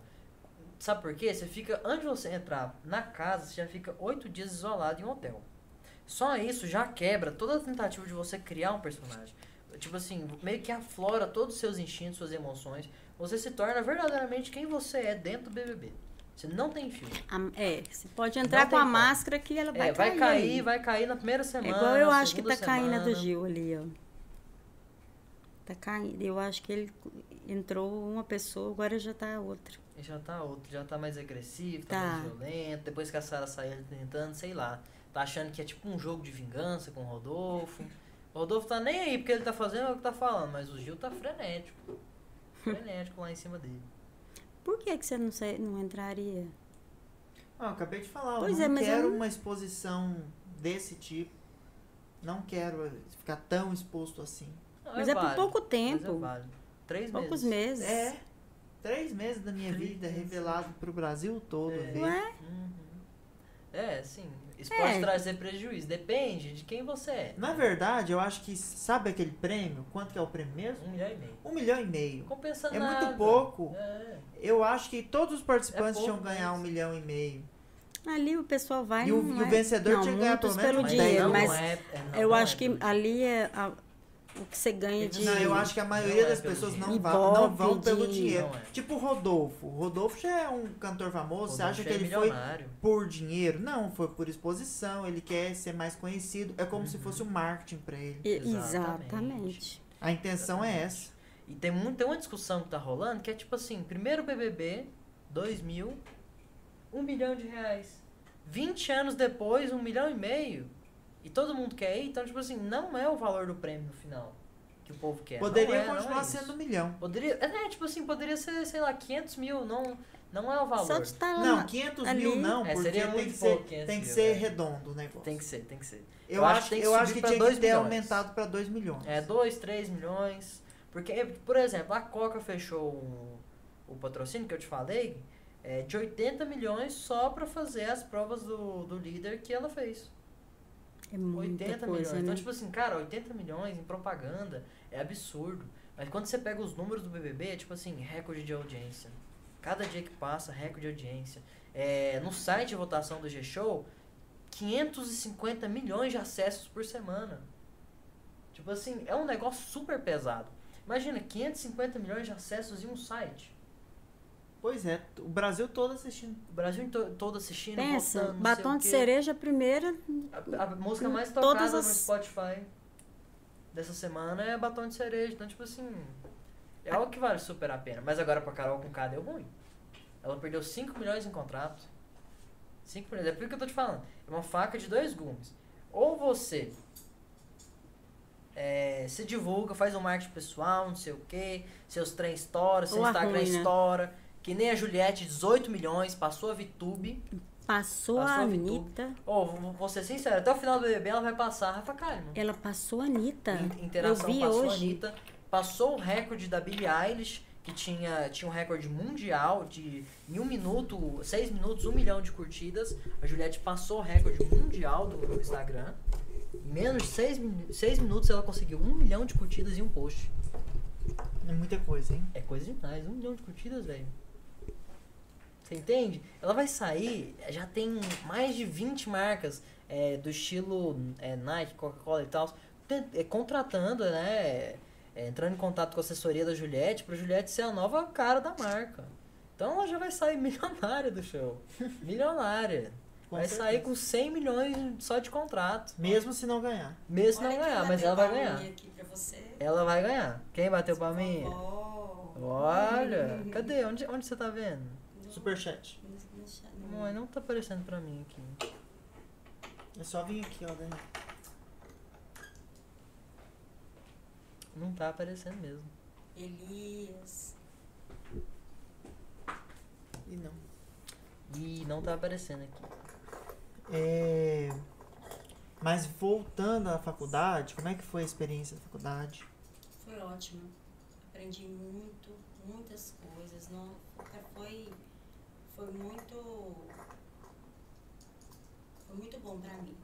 S3: Sabe por quê? Você fica, antes de você entrar na casa, você já fica oito dias isolado em um hotel. Só isso já quebra toda a tentativa de você criar um personagem. Tipo assim, meio que aflora todos os seus instintos, suas emoções. Você se torna verdadeiramente quem você é dentro do BBB. Você não tem filtro.
S1: A- É, você pode entrar
S3: Não
S1: com
S3: tem
S1: a
S3: como.
S1: máscara que ela vai
S3: é, vai
S1: cair.
S3: cair, vai cair na primeira
S1: É
S3: semana.
S1: igual eu acho que tá
S3: segunda
S1: caindo a do
S3: semana.
S1: Gil ali, ó. Tá caindo. Eu acho que ele entrou uma pessoa, agora já tá outra.
S3: E Já tá outro, já tá mais agressivo, tá,
S1: Tá.
S3: mais violento. Depois que a Sarah saiu ele tá tentando, sei lá. Tá achando que é tipo um jogo de vingança com o Rodolfo. O Rodolfo tá nem aí, porque ele tá fazendo o que tá falando, mas o Gil tá frenético. Frenético lá em cima dele.
S1: Por que, que você não, sai- não entraria?
S2: Ah, eu acabei de falar,
S1: Pois
S2: eu
S1: é,
S2: não
S1: mas eu
S2: quero
S1: não-
S2: uma exposição desse tipo. Não quero eh, ficar tão exposto assim.
S1: Mas é por
S3: válido,
S1: pouco
S3: mas
S1: tempo.
S3: é válido. Três
S1: poucos
S3: meses.
S1: meses.
S2: É, três meses da minha
S3: Três
S2: vida
S3: meses.
S2: revelado pro Brasil todo.
S3: É.
S2: ver.
S1: Não é?
S3: Uhum. É, sim. Isso pode
S1: É.
S3: trazer prejuízo, depende de quem você é.
S2: Na verdade, eu acho que, sabe aquele prêmio? Quanto que é o prêmio mesmo?
S3: Um milhão e meio.
S2: Um milhão e
S3: Não
S2: meio.
S3: compensa
S2: É
S3: nada.
S2: muito pouco.
S3: É.
S2: Eu acho que todos os participantes
S3: É pouco
S2: tinham que ganhar um
S3: mesmo.
S2: milhão e meio.
S1: Ali o pessoal vai
S2: E o-
S1: não
S2: e o
S1: é-
S2: vencedor
S1: não,
S2: tinha que ganhar
S1: muitos
S2: pelo menos
S1: pelo
S2: uns
S1: dinheiro,
S2: dez, né?
S1: mas
S3: não é, é- não,
S1: eu
S3: não
S1: acho
S3: é
S1: que
S3: pelo dinheiro.
S1: ali é a- o que você ganha de
S2: Não, eu acho que a maioria
S3: Não é
S2: das
S3: pelo
S2: pessoas não,
S1: dinheiro.
S2: va- não
S1: Ibope,
S2: vão pelo
S1: de-
S2: dinheiro.
S3: Não é.
S2: Tipo o Rodolfo. O Rodolfo já é um cantor famoso. Você acha
S3: Rodolfo
S2: que
S3: é
S2: ele foi
S3: milionário.
S2: por dinheiro? Não, foi por exposição. Ele quer ser mais conhecido. É como
S3: Uhum.
S2: se fosse um marketing pra ele.
S1: E-
S3: Exatamente.
S1: Exatamente.
S2: A intenção é essa.
S3: E tem, muito, tem uma discussão que tá rolando que é tipo assim, primeiro BBB, 2000, um milhão de reais. 20 anos depois, um milhão e meio. E todo mundo quer ir, então tipo assim, não é o valor do prêmio no final que o povo quer.
S2: Poderia
S3: não é, não é
S2: continuar
S3: isso.
S2: sendo um milhão.
S3: Poderia, é, né, tipo assim, poderia ser, sei lá, 500 mil, não, não é o valor.
S1: Só de estar tá lá.
S2: Não, 500 mil
S1: Ah, ali-
S2: não,
S3: É,
S2: porque
S3: seria
S2: tem
S3: muito
S2: que ser,
S3: pouco 500
S2: tem que
S3: mil,
S2: ser
S3: né?
S2: redondo o negócio.
S3: Tem que ser, tem que ser.
S2: Eu, acho,
S3: tem que
S2: eu acho
S3: subir
S2: que
S3: pra
S2: tinha que
S3: dois
S2: ter
S3: milhões.
S2: aumentado pra 2 milhões.
S3: É, 2, 3 milhões. Porque, por exemplo, a Coca fechou o, o patrocínio que eu te falei é, de 80 milhões só pra fazer as provas do, do líder que ela fez.
S1: É muita
S3: 80 milhões.
S1: coisa, né?
S3: Então, tipo assim, cara, 80 milhões em propaganda é absurdo. Mas quando você pega os números do BBB, é tipo assim, recorde de audiência. Cada dia que passa, recorde de audiência. É, no site de votação do G-Show, 550 milhões de acessos por semana. Tipo assim, é um negócio super pesado. Imagina, 550 milhões de acessos em um site.
S2: Pois é, o Brasil todo assistindo.
S3: O Brasil em to- todo assistindo,
S1: Pensa,
S3: votando, não sei
S1: batom
S3: o
S1: de
S3: quê.
S1: cereja primeira,
S3: A, a música mais
S1: Todas
S3: tocada no
S1: as-
S3: Spotify dessa semana é Batom de Cereja. Então, tipo assim, é algo que vale super a pena. Mas agora pra Carol com K deu ruim. Ela perdeu 5 milhões em contrato. 5 milhões. É por isso que eu tô te falando. É uma faca de dois gumes. Ou você é, se divulga, faz um marketing pessoal, não sei o que, seus trem estoura, seu
S1: Ou né?
S3: Instagram
S1: arruina.
S3: estoura. Que nem a Juliette, 18 milhões, passou a VTube.
S1: passou
S3: Passou
S1: a
S3: a Vitu.
S1: Anitta.
S3: Ô, vou vou ser sincero, até o final do BBB ela vai passar a Rafa Kalimann.
S1: Ela passou a Anitta.
S3: In-
S1: Eu
S3: Interação
S1: vi
S3: passou a
S1: hoje.
S3: Anitta, passou o recorde da Billie Eilish, que tinha, tinha um recorde mundial de em um minuto, seis minutos, um milhão de curtidas. A Juliette passou o recorde mundial do, do Instagram. Em menos de seis, minu- seis minutos ela conseguiu um milhão de curtidas em um post.
S2: É muita coisa, hein?
S3: É coisa demais, um milhão de curtidas, velho. Você entende? Ela vai sair, já tem mais de 20 marcas é, do estilo é, Nike, Coca-Cola e tal, ten- é, contratando, né? é, entrando em contato com a assessoria da Juliette, pra Juliette ser a nova cara da marca. Então ela já vai sair milionária do show. Milionária.
S2: Com
S3: vai
S2: certeza.
S3: sair com 100 milhões só de contrato.
S2: Mesmo se não ganhar.
S3: Mesmo se não ganhar, mas ela vai ganhar.
S1: Aqui pra você.
S3: Ela vai ganhar. Quem bateu pra mim?
S1: Oh.
S3: Olha, cadê? Onde, onde você tá vendo?
S2: Superchat.
S3: Mãe, não tá aparecendo pra mim aqui.
S2: É só vir aqui, ó. né?
S3: Não tá aparecendo mesmo.
S1: Elias.
S2: E não.
S3: Ih, não tá aparecendo aqui.
S2: É... Mas voltando à faculdade, como é que foi a experiência da faculdade?
S1: Foi ótimo. Aprendi muito, muitas coisas. Não, foi, foi muito. Foi muito bom pra mim.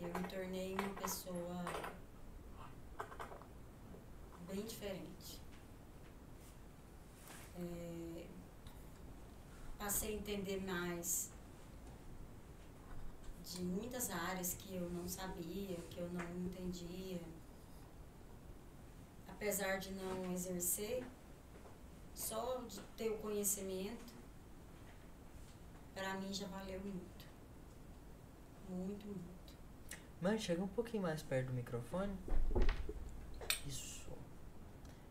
S1: Eu me tornei uma pessoa bem diferente. É, passei a entender mais de muitas áreas que eu não sabia, que eu não entendia. Apesar de não exercer, só de ter o conhecimento, para mim já valeu muito. Muito, muito.
S3: Mãe, chega um pouquinho mais perto do microfone. Isso.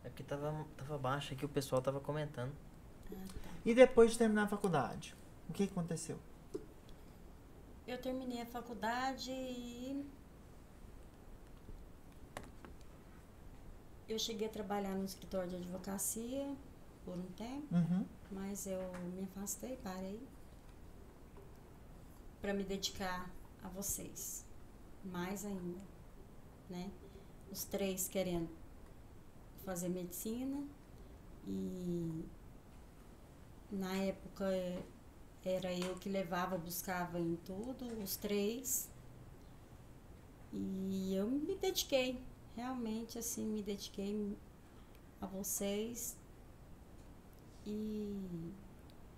S3: É porque tava, tava baixo aqui, o pessoal tava comentando.
S1: Ah, tá.
S2: E depois de terminar a faculdade, o que aconteceu?
S1: Eu terminei a faculdade e. Eu cheguei a trabalhar no escritório de advocacia por um tempo,
S2: Uhum.
S1: mas eu me afastei, parei. Para me dedicar a vocês. Mais ainda. Né? Os três querendo fazer medicina e. Na época é, Era eu que levava, buscava em tudo, os três. E eu me dediquei, realmente assim, me dediquei a vocês. E,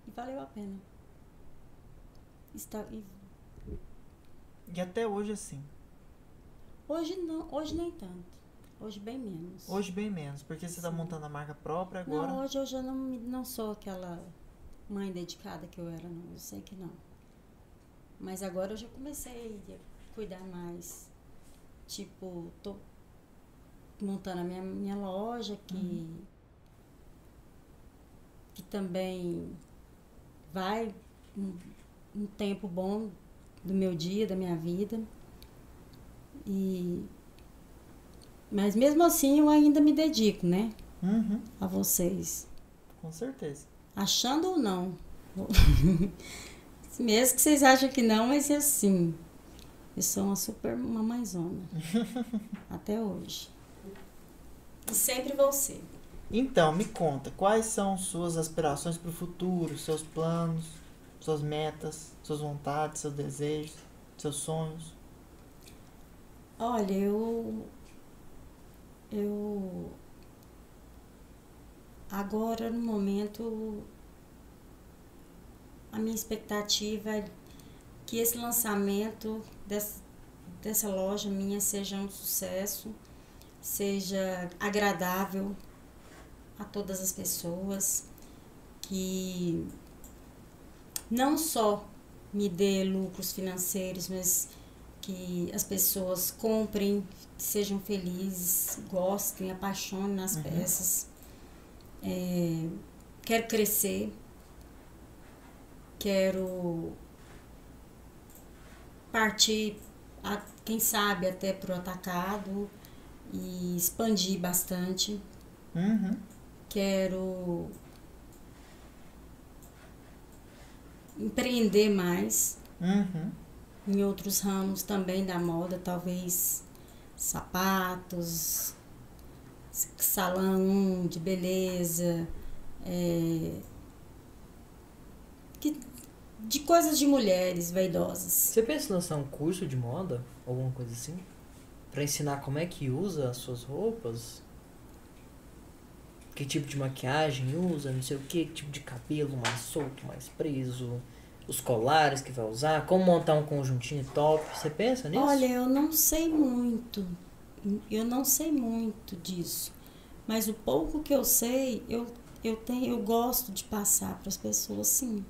S1: e valeu a pena. Está, e
S2: E até hoje, assim.
S1: hoje não, hoje nem tanto. Hoje bem menos.
S2: Hoje bem menos, porque você tá montando a marca própria agora.
S1: Não, hoje eu já não, me- não sou aquela mãe dedicada que eu era, não. Eu sei que não. Mas agora eu já comecei a cuidar mais. Tipo, tô montando a minha, minha loja, que, que também vai um, um tempo bom do meu dia, da minha vida. E, mas mesmo assim eu ainda me dedico, né?
S2: Uhum,
S1: a vocês.
S2: com certeza.
S1: Achando ou não. Mesmo que vocês achem que não, mas é assim. Eu sou uma super mamãezona. Até hoje. E sempre vou ser.
S2: Então, me conta, quais são suas aspirações pro futuro, seus planos, suas metas, suas vontades, seus desejos, seus sonhos?
S1: Olha, eu. Eu. Agora, no momento, a minha expectativa é que esse lançamento dessa, dessa loja minha seja um sucesso, seja agradável a todas as pessoas, que não só me dê lucros financeiros, mas que as pessoas comprem, sejam felizes, gostem, apaixonem nas peças. É, quero crescer, quero partir, a- quem sabe, até para o atacado e expandir bastante
S2: Uhum.
S1: quero empreender mais
S2: Uhum.
S1: em outros ramos também da moda, talvez sapatos, s- salão de beleza, é, que- de coisas de mulheres vaidosas.
S3: Você pensa em lançar um curso de moda? Alguma coisa assim? Pra ensinar como é que usa as suas roupas? Que tipo de maquiagem usa, não sei o que, que tipo de cabelo mais solto, mais preso, os colares que vai usar, como montar um conjuntinho top. Você pensa nisso?
S1: Olha, eu não sei muito. Eu não sei muito disso. Mas o pouco que eu sei, eu, eu tenho, eu gosto de passar para as pessoas, sim.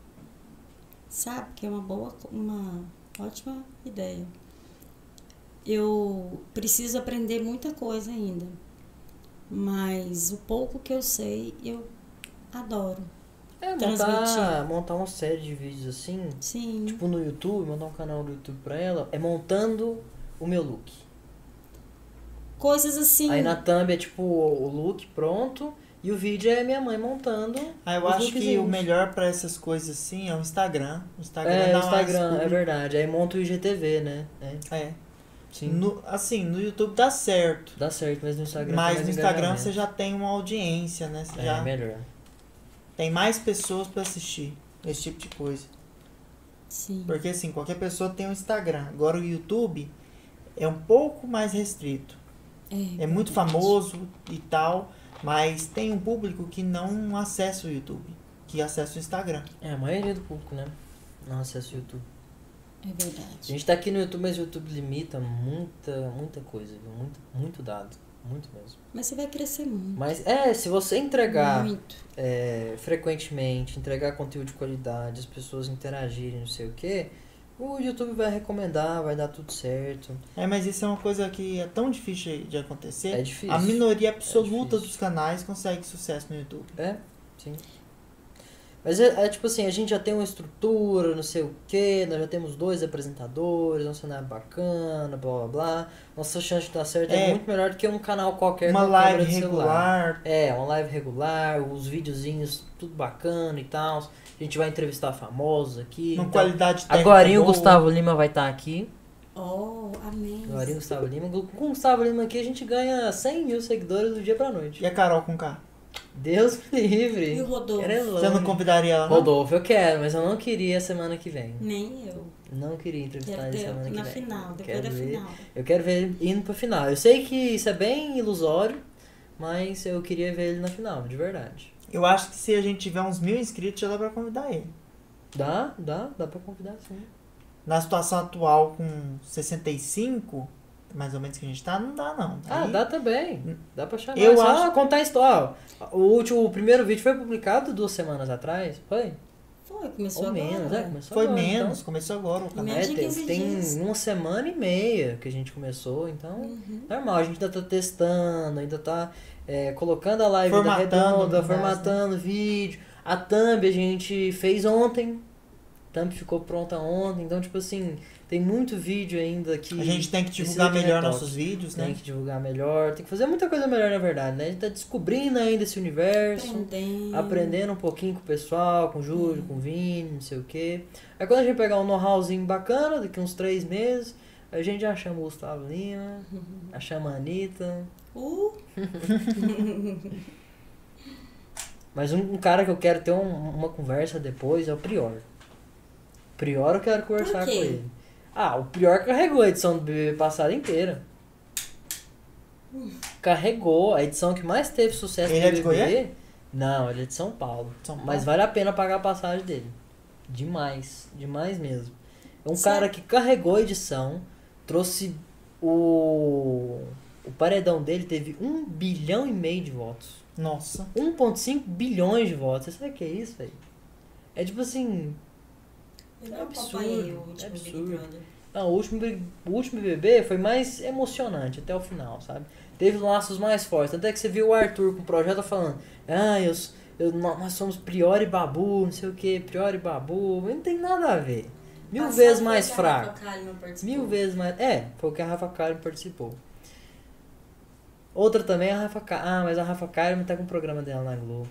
S1: Sabe que é uma boa, co- uma ótima ideia. Eu preciso aprender muita coisa ainda. Mas o pouco que eu sei, eu adoro.
S3: é, montar,
S1: transmitir.
S3: montar uma série de vídeos assim,
S1: Sim.
S3: tipo no YouTube, montar um canal do YouTube pra ela, é montando o meu look.
S1: Coisas assim.
S3: Aí na thumb é tipo o look pronto e o vídeo é minha mãe montando.
S2: Ah, eu
S3: os
S2: acho que o
S3: lookzinhos.
S2: melhor pra essas coisas assim é o Instagram. O Instagram
S3: É,
S2: dá
S3: o Instagram,
S2: mais
S3: é
S2: público.
S3: verdade. Aí monta o IGTV, né? É,
S2: assim. É.
S3: sim.
S2: No- assim, no YouTube dá certo.
S3: Dá certo, mas no Instagram.
S2: mas
S3: tem
S2: no
S3: mais
S2: Instagram
S3: engajamento.
S2: você já tem uma audiência, né? Você
S3: É,
S2: já
S3: melhor.
S2: tem mais pessoas pra assistir esse tipo de coisa.
S1: Sim.
S2: Porque assim, qualquer pessoa tem um Instagram. Agora o YouTube é um pouco mais restrito. É
S3: Então,
S2: muito famoso e tal, mas tem um público que não acessa o YouTube, que acessa o Instagram.
S3: É, a maioria do público, né? Não acessa o YouTube.
S1: É
S3: A
S1: verdade.
S3: gente tá aqui no YouTube, mas o YouTube limita muita, muita coisa, viu? Muito, muito dado. Muito mesmo.
S1: Mas você vai crescer muito.
S3: Mas é, se você entregar
S1: Muito.
S3: é, frequentemente, entregar conteúdo de qualidade, as pessoas interagirem, não sei o que, o YouTube vai recomendar, vai dar tudo certo.
S2: É, mas isso é uma coisa que é tão difícil de acontecer.
S3: É difícil.
S2: A minoria absoluta
S3: difícil.
S2: dos canais consegue sucesso no YouTube.
S3: É, sim. Mas é, é tipo assim, a gente já tem uma estrutura, não sei o que, nós já temos dois apresentadores, um cenário bacana, blá blá blá. Nossa chance de dar certo é,
S2: É.
S3: muito melhor do que um canal qualquer
S2: Uma
S3: com câmera
S2: live
S3: de celular.
S2: regular.
S3: É, uma live regular, os videozinhos tudo bacana e tal. A gente vai entrevistar famosos aqui.
S2: Uma
S3: então-
S2: qualidade técnica.
S3: Agora o
S2: boa.
S3: Gustavo Lima vai estar aqui.
S1: Oh, amém.
S3: Agora o Gustavo Lima. Com o Gustavo Lima aqui a gente ganha 100 mil seguidores do dia pra noite.
S2: E a Carol com K.
S3: Deus me livre.
S1: E o Rodolfo?
S3: Era Elane.
S2: Você não convidaria ela, não?
S3: Rodolfo, eu quero, mas eu não queria semana que vem.
S1: Nem eu.
S3: Não queria entrevistar
S1: Quero
S3: ele tá
S1: ter
S3: semana que
S1: na
S3: vem.
S1: final,
S3: Eu
S1: depois da
S3: quero ver-
S1: final.
S3: Eu quero ver ele indo pra final. Eu sei que isso é bem ilusório, mas eu queria ver ele na final, de verdade.
S2: Eu acho que se a gente tiver uns mil inscritos, já dá pra convidar ele.
S3: Dá, dá, dá pra convidar sim.
S2: Na situação atual, com 65, mais ou menos que a gente tá, não dá, não.
S3: Ah,
S2: Aí-
S3: dá também. Dá pra chamar.
S2: Eu
S3: Eu só
S2: acho-
S3: contar a história. Ó, O último, o primeiro vídeo foi publicado duas semanas atrás, foi?
S1: Foi, começou
S3: Ou
S1: agora. né?
S3: menos, é, começou
S2: Foi
S3: agora, então.
S2: menos, começou agora o canal.
S1: Menos de
S3: É, tem,
S1: 15
S3: tem
S1: dias.
S3: uma semana e meia que a gente começou, então
S1: Uhum.
S3: normal, a gente ainda tá testando, ainda tá é, colocando a live
S2: Formatando, né,
S3: da
S2: no
S3: redonda,
S2: caso,
S3: formatando o vídeo. A thumb a gente fez ontem. A thumb ficou pronta ontem, então tipo assim, tem muito vídeo ainda que
S2: A gente tem que
S3: Precisa
S2: divulgar
S3: de
S2: melhor
S3: retoque.
S2: nossos vídeos,
S3: tem
S2: né?
S3: que divulgar melhor, tem que fazer muita coisa melhor na verdade, né? A gente tá descobrindo ainda esse universo
S1: Aprendendo.
S3: aprendendo um pouquinho com o pessoal, com o Júlio, com o Vini, não sei o quê. Aí quando a gente pegar um know-howzinho bacana, daqui uns três meses, a gente já chama o Gustavo Lima, já chama a Anitta.
S1: Uh,
S3: Mas um, um cara que eu quero ter um- uma conversa depois é o Prior. Prior eu quero conversar com
S1: quê?
S3: ele. Ah, o Prior carregou a edição do BBB passada inteira. Carregou a edição que mais teve sucesso
S2: Ele
S3: do
S2: é de
S3: BBB. Não, ele é de São Paulo.
S2: São Paulo.
S3: Mas vale a pena pagar a passagem dele. Demais, demais mesmo. É um
S1: Sim.
S3: cara que carregou a edição, trouxe o o paredão dele teve um bilhão e meio de votos.
S2: Nossa.
S3: 1.5 bilhões de votos. Você sabe o que é isso, velho? É tipo assim,
S1: eu
S3: É
S1: não
S3: absurdo,
S1: acompanhei o
S3: é
S1: último Big
S3: absurdo.
S1: Brother.
S3: ah, o último Big- o último BBB foi mais emocionante até o final, sabe? Teve laços mais fortes, até que você viu o Arthur com o projeto falando: "Ah, eu, s- eu nó- nós somos Prior e Babu, não sei o que, Prior e Babu". Mas Não tem nada a ver. Mil
S1: Passado
S3: vezes
S1: foi
S3: mais
S1: que a
S3: fraco.
S1: Rafa Kalimann participou.
S3: Mil vezes mais. É, foi o que a Rafa Kalimann participou. Outra também é a Rafa Kalimann. Ah, mas a Rafa Kalimann tá com o programa dela na Globo.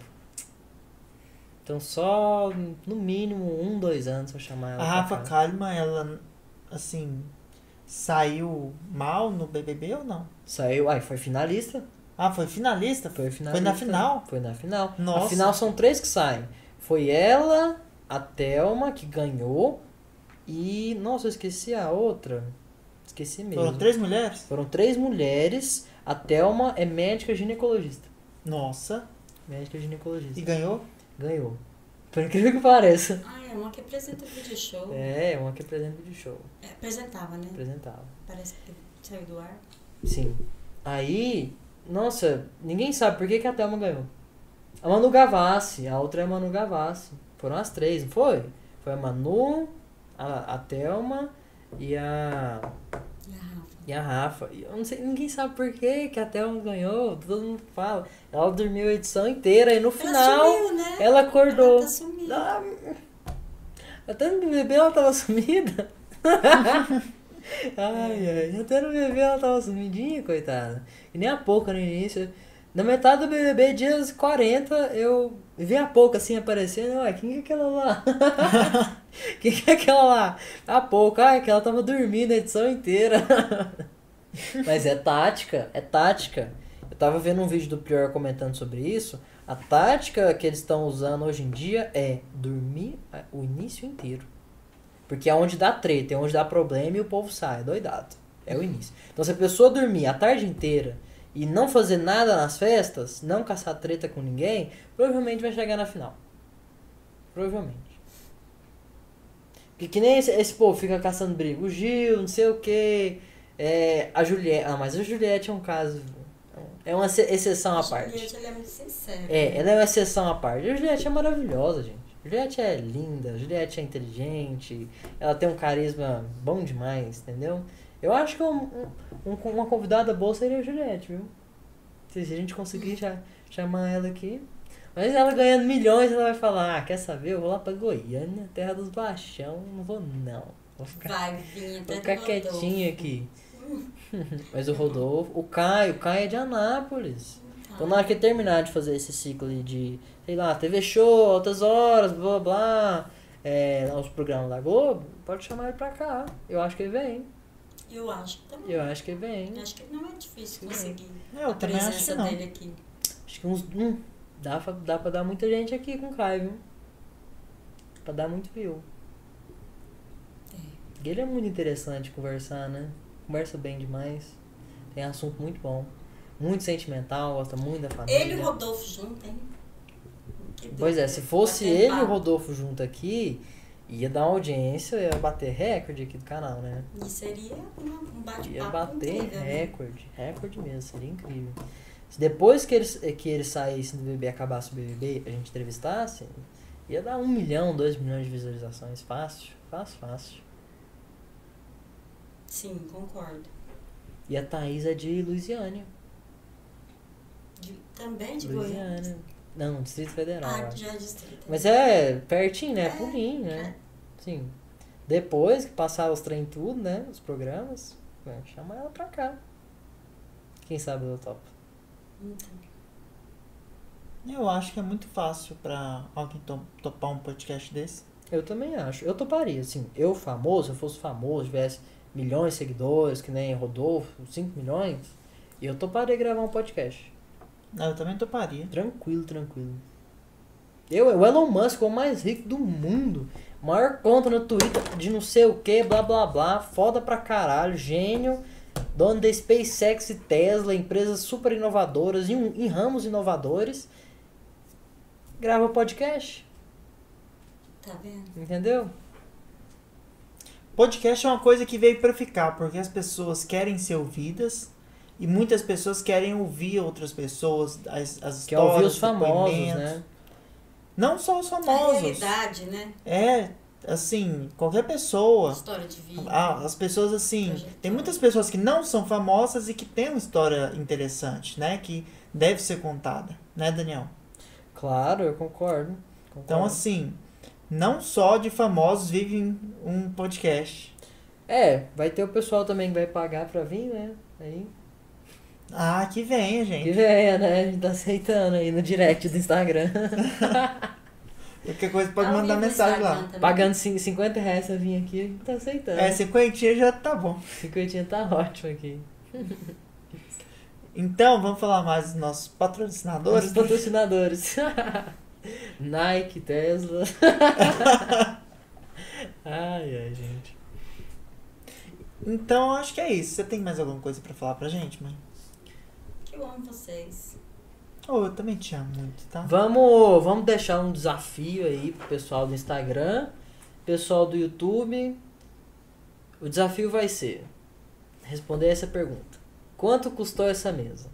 S3: Então só, no mínimo, um, dois anos pra chamar ela. tá
S2: A
S3: pra
S2: Rafa
S3: cá.
S2: Kalimann, ela, assim, saiu mal no BBB ou não?
S3: Saiu, ai, foi finalista.
S2: Ah, foi finalista?
S3: Foi finalista.
S2: Foi na final?
S3: Foi na final.
S2: Nossa.
S3: Na final são três que saem. Foi ela, a Thelma, que ganhou. E, nossa, eu esqueci a outra. Esqueci mesmo.
S2: Foram três mulheres?
S3: Foram três mulheres. A Thelma é médica ginecologista.
S2: Nossa.
S3: Médica ginecologista.
S2: E ganhou?
S3: Ganhou. Por incrível que pareça.
S1: Ah, é uma que apresenta o vídeo show.
S3: É, uma que apresenta de show.
S1: É, Apresentava, né?
S3: Apresentava.
S1: Parece que saiu do ar.
S3: Sim. Aí, nossa, ninguém sabe por que, que a Thelma ganhou. A Manu Gavassi, a outra é a Manu Gavassi. Foram as três, não foi? Foi a Manu, a, a Thelma e a.
S1: E a Rafa.
S3: E a Rafa. E Eu não sei, ninguém sabe por que, que a Thelma ganhou. Todo mundo fala. Ela dormiu a edição inteira e no
S1: Ela
S3: final
S1: sumiu, né?
S3: ela acordou.
S1: Ela tá sumida.
S3: Ah, até no bebê ela tava sumida. ai, ai. Até no bebê ela tava sumidinha, coitada. E nem a pouca no início. Na metade do BBB, dias 40, eu vi a pouca assim aparecendo. Ué, quem que é aquela lá? quem que é aquela lá? A pouca, ai, que ela tava dormindo a edição inteira. Mas é tática, é tática. Eu tava vendo um vídeo do Prior comentando sobre isso. A tática que eles estão usando hoje em dia é dormir a- o início inteiro. Porque é onde dá treta, é onde dá problema e o povo sai, é doidado. É o início. Então se a pessoa dormir a tarde inteira e não fazer nada nas festas, não caçar treta com ninguém, provavelmente vai chegar na final. Provavelmente. Porque que nem esse, esse povo fica caçando briga. O Gil, não sei o que. a Juliette. Ah, mas a Juliette é um caso. É uma ex- exceção à parte.
S1: Juliette, ela é muito sincera.
S3: É, ela é uma exceção à parte. A Juliette é maravilhosa, gente. A Juliette é linda, a Juliette é inteligente, ela tem um carisma bom demais, entendeu? Eu acho que um- um- um- uma convidada boa seria a Juliette, viu? Se a gente conseguir já chamar ela aqui. Mas ela ganhando milhões, ela vai falar, ah, quer saber? Eu vou lá pra Goiânia, terra dos baixão, não vou não. Vou ficar
S1: Vai, vinha
S3: Vou
S1: até
S3: ficar
S1: do Rodolfo.
S3: quietinho aqui. Mas o Rodolfo, o Caio, o Caio é de Anápolis.
S1: Tá.
S3: Então na hora que terminar de fazer esse ciclo aí de, sei lá, TV show, altas horas, blá blá, blá é, os programas da Globo, pode chamar ele pra cá. Eu acho que ele vem.
S1: Eu acho que também.
S3: Eu acho que ele vem.
S1: Acho que não é difícil
S3: Tudo bem.
S1: conseguir
S2: Eu
S1: a
S2: também acho que
S1: presença
S2: não.
S1: dele aqui.
S3: Acho que uns um, Dá pra, dá pra dar muita gente aqui com o Caio, viu? Pra dar muito view. Porque Ele é muito interessante conversar, né? Conversa bem demais. Tem assunto muito bom. Muito sentimental, gosta muito da família.
S4: Ele e o Rodolfo junto, hein?
S3: Pois é, se fosse ele e o Rodolfo junto aqui, ia dar audiência, ia bater recorde aqui do canal, né?
S4: E seria uma- um bate-papo.
S3: Ia bater
S4: incrível, né?
S3: recorde, recorde mesmo, seria incrível. Se depois que ele, que ele saísse do BBB e acabasse o BBB, a gente entrevistasse, ia dar um milhão, dois milhões de visualizações, fácil, fácil, fácil.
S4: Sim, concordo.
S3: E a Thaís é de Luisiana.
S4: De- também de Goiânia.
S3: Luisiana. é, né? Não, Distrito Federal. eu
S4: Ah,
S3: acho.
S4: já é distrito.
S3: Mas é pertinho, né?
S4: É,
S3: Pulinho, né?
S4: é.
S3: Sim. Depois que passar os trem tudo, né? Os programas, né, chama ela pra cá. Quem sabe eu topo.
S4: Então,
S2: Eu acho que é muito fácil pra alguém to- topar um podcast desse.
S3: Eu também acho. Eu toparia, assim. Eu famoso, se eu fosse famoso, tivesse milhões de seguidores, que nem Rodolfo, 5 milhões, eu toparia gravar um podcast.
S2: Ah, Eu também toparia.
S3: Tranquilo, tranquilo. Eu, o Elon Musk, o mais rico do mundo. Maior conta no Twitter de não sei o que, blá blá blá. Foda pra caralho, gênio. Dono da SpaceX e Tesla, empresas super inovadoras, em, um- em ramos inovadores. Grava podcast,
S4: tá vendo?
S3: entendeu?
S2: Podcast é uma coisa que veio pra ficar, porque as pessoas querem ser ouvidas e muitas pessoas querem ouvir outras pessoas, as, as histórias,
S3: Que é ouvir os famosos,
S2: depoimentos.
S3: né?
S2: Não só os
S4: A
S2: famosos.
S4: realidade, né?
S2: É, assim, qualquer pessoa.
S4: História de vida.
S2: Ah, as pessoas assim,
S4: Projetar.
S2: tem muitas pessoas que não são famosas e que têm uma história interessante, né? Que deve ser contada, né, Daniel?
S3: Claro, eu concordo. concordo.
S2: Então, assim, não só de famosos vivem um podcast.
S3: É, vai ter o pessoal também que vai pagar pra vir, né? Aí.
S2: Ah, que venha,
S3: Que
S2: gente.
S3: véia, né? A gente tá aceitando aí no direct do Instagram.
S2: Qualquer coisa pode
S4: Ao Tá vivo
S2: mandar
S4: no
S2: mensagem
S4: Instagram
S2: lá.
S4: também.
S3: Pagando cin- 50 reais pra vir aqui, a gente tá aceitando.
S2: É, cinquentinha já tá bom.
S3: 50 tá ótimo aqui.
S2: Então, vamos falar mais dos nossos patrocinadores.
S3: Os patrocinadores. Nike, Tesla. ai, ai, gente.
S2: Então, acho que é isso. Você tem mais alguma coisa pra falar pra gente, mãe?
S4: Eu amo vocês.
S2: Oh, eu também te amo muito, tá?
S3: Vamos, vamos deixar um desafio aí pro pessoal do Instagram, pessoal do YouTube. O desafio vai ser responder essa pergunta: Quanto custou essa mesa?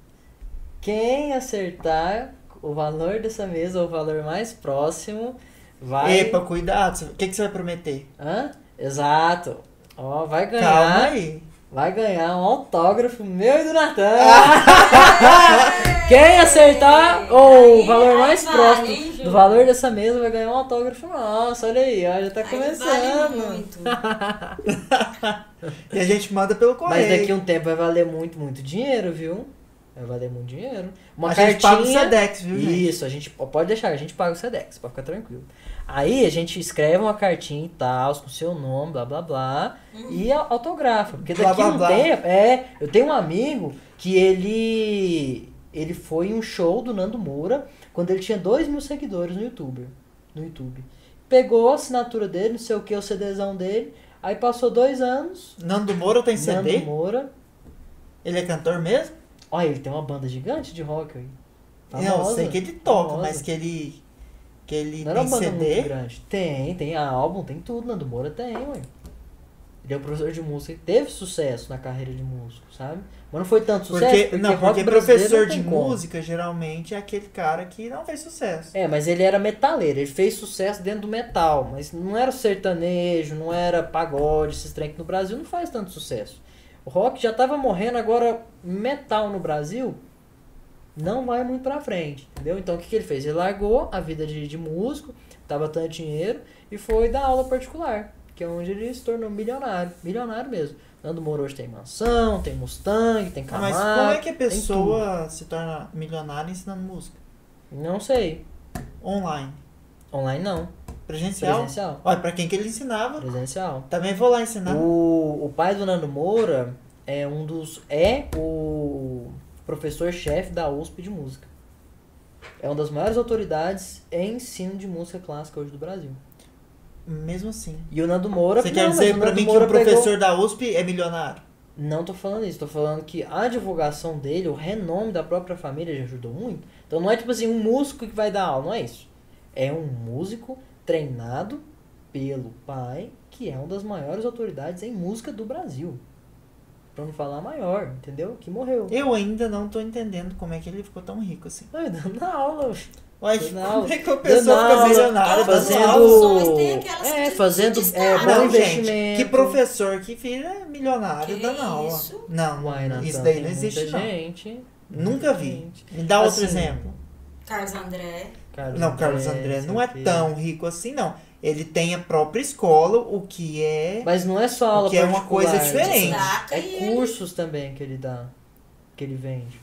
S3: Quem acertar o valor dessa mesa ou o valor mais próximo vai.
S2: Epa, cuidado. O que, que você vai prometer?
S3: Hã? Exato. Ó, vai ganhar.
S2: Calma aí.
S3: Vai ganhar um autógrafo meu e do Natan. Quem acertar ou o
S4: Aí-
S3: valor
S4: aí
S3: mais
S4: vale,
S3: próximo
S4: hein, Ju?
S3: do valor dessa mesa vai ganhar um autógrafo nosso. Olha aí, ó, já tá
S4: Aí
S3: começando.
S4: Vale muito.
S2: E a gente manda pelo correio.
S3: Mas daqui a um tempo vai valer muito, muito dinheiro, viu? Vai valer muito dinheiro. Uma
S2: a
S3: cartinha.
S2: gente paga o Sedex, viu, gente?
S3: Isso, a gente pode deixar, a gente paga o Sedex, pode ficar tranquilo. Aí a gente escreve uma cartinha e tal, com seu nome, blá blá blá, e au- autografa. Porque
S2: Blá,
S3: daqui a
S2: blá,
S3: um
S2: blá.
S3: tempo. É, eu tenho um amigo que ele. Ele foi em um show do Nando Moura quando ele tinha 2 mil seguidores no YouTube. No YouTube. Pegou a assinatura dele, não sei o que, o CDzão dele. Aí passou dois anos.
S2: Nando Moura tem CD?
S3: Nando Moura.
S2: Ele é cantor mesmo?
S3: Olha, ele tem uma banda gigante de rock aí.
S2: não, eu
S3: Famosa.
S2: sei que ele toca,
S3: Famosa.
S2: mas que ele. Que ele
S3: tá Não era
S2: tem
S3: uma banda muito
S2: CD.
S3: grande. Tem, tem álbum, tem tudo. Nando Moura tem, ué. Ele é um professor de música e teve sucesso na carreira de músico, sabe? Mas não foi tanto sucesso.
S2: Porque, não,
S3: rock
S2: porque
S3: brasileiro
S2: professor
S3: não tem
S2: de
S3: como.
S2: música geralmente é aquele cara que não fez sucesso.
S3: É, mas ele era metaleiro, ele fez sucesso dentro do metal, mas não era sertanejo, não era pagode, esses trem que no Brasil não faz tanto sucesso. O rock já tava morrendo, agora metal no Brasil não vai muito pra frente, entendeu? Então o que, que ele fez? Ele largou a vida de, de músico, tava tanto dinheiro, e foi dar aula particular, que é onde ele se tornou milionário, milionário mesmo. Nando Moura hoje tem mansão, tem Mustang, tem
S2: Ah,
S3: Camaro.
S2: mas como é que a
S3: Tá tem
S2: pessoa se torna milionária ensinando música?
S3: Não sei.
S2: Online.
S3: Online não.
S2: Presencial?
S3: Presencial.
S2: Olha, pra quem que ele ensinava,
S3: Presencial.
S2: também vou lá ensinar.
S3: O, o pai do Nando Moura é um dos. é o professor-chefe da USP de música. É uma das maiores autoridades em ensino de música clássica hoje do Brasil.
S2: Mesmo assim.
S3: E o Nando Moura...
S2: Você
S3: não,
S2: quer
S3: mas
S2: dizer
S3: o
S2: pra
S3: Nando
S2: mim que
S3: Moura
S2: o
S3: pegou-
S2: professor da USP é milionário?
S3: Não tô falando isso, tô falando que a divulgação dele, o renome da própria família já ajudou muito. Então não é tipo assim, um músico que vai dar aula, não é isso. É um músico treinado pelo pai, que é uma das maiores autoridades em música do Brasil. Pra não falar maior, entendeu? Que morreu.
S2: Eu ainda não tô entendendo como é que ele ficou tão rico assim.
S3: Ai, dando aula.
S2: Ué,
S3: Não.
S2: como é que a
S3: Não,
S2: pessoa fica
S3: não, tá
S2: milionária?
S3: fazendo-
S2: Tá dando aula?
S4: Opções, tem aquelas
S3: É,
S4: que te-
S3: fazendo-
S4: te
S3: é,
S4: destacam.
S3: bom
S2: Não, gente.
S3: investimento.
S2: Que professor que vira milionário
S4: Que
S2: dando aula.
S4: isso?
S2: Não,
S3: Uai, Natan,
S2: isso daí
S3: tá? tem
S2: não existe,
S3: muita
S2: não.
S3: gente.
S2: Nunca vi.
S3: Gente.
S2: Me dá outro
S3: Assim,
S2: exemplo.
S4: Carlos André.
S3: Carlos
S2: Não, Carlos André não é
S3: sei o quê.
S2: tão rico assim, não. Ele tem a própria escola, o que é.
S3: Mas não é só aula
S2: que é uma
S3: particular,
S2: coisa diferente.
S4: Destaca e
S3: É
S4: ele-
S3: cursos também que ele dá, que ele vende.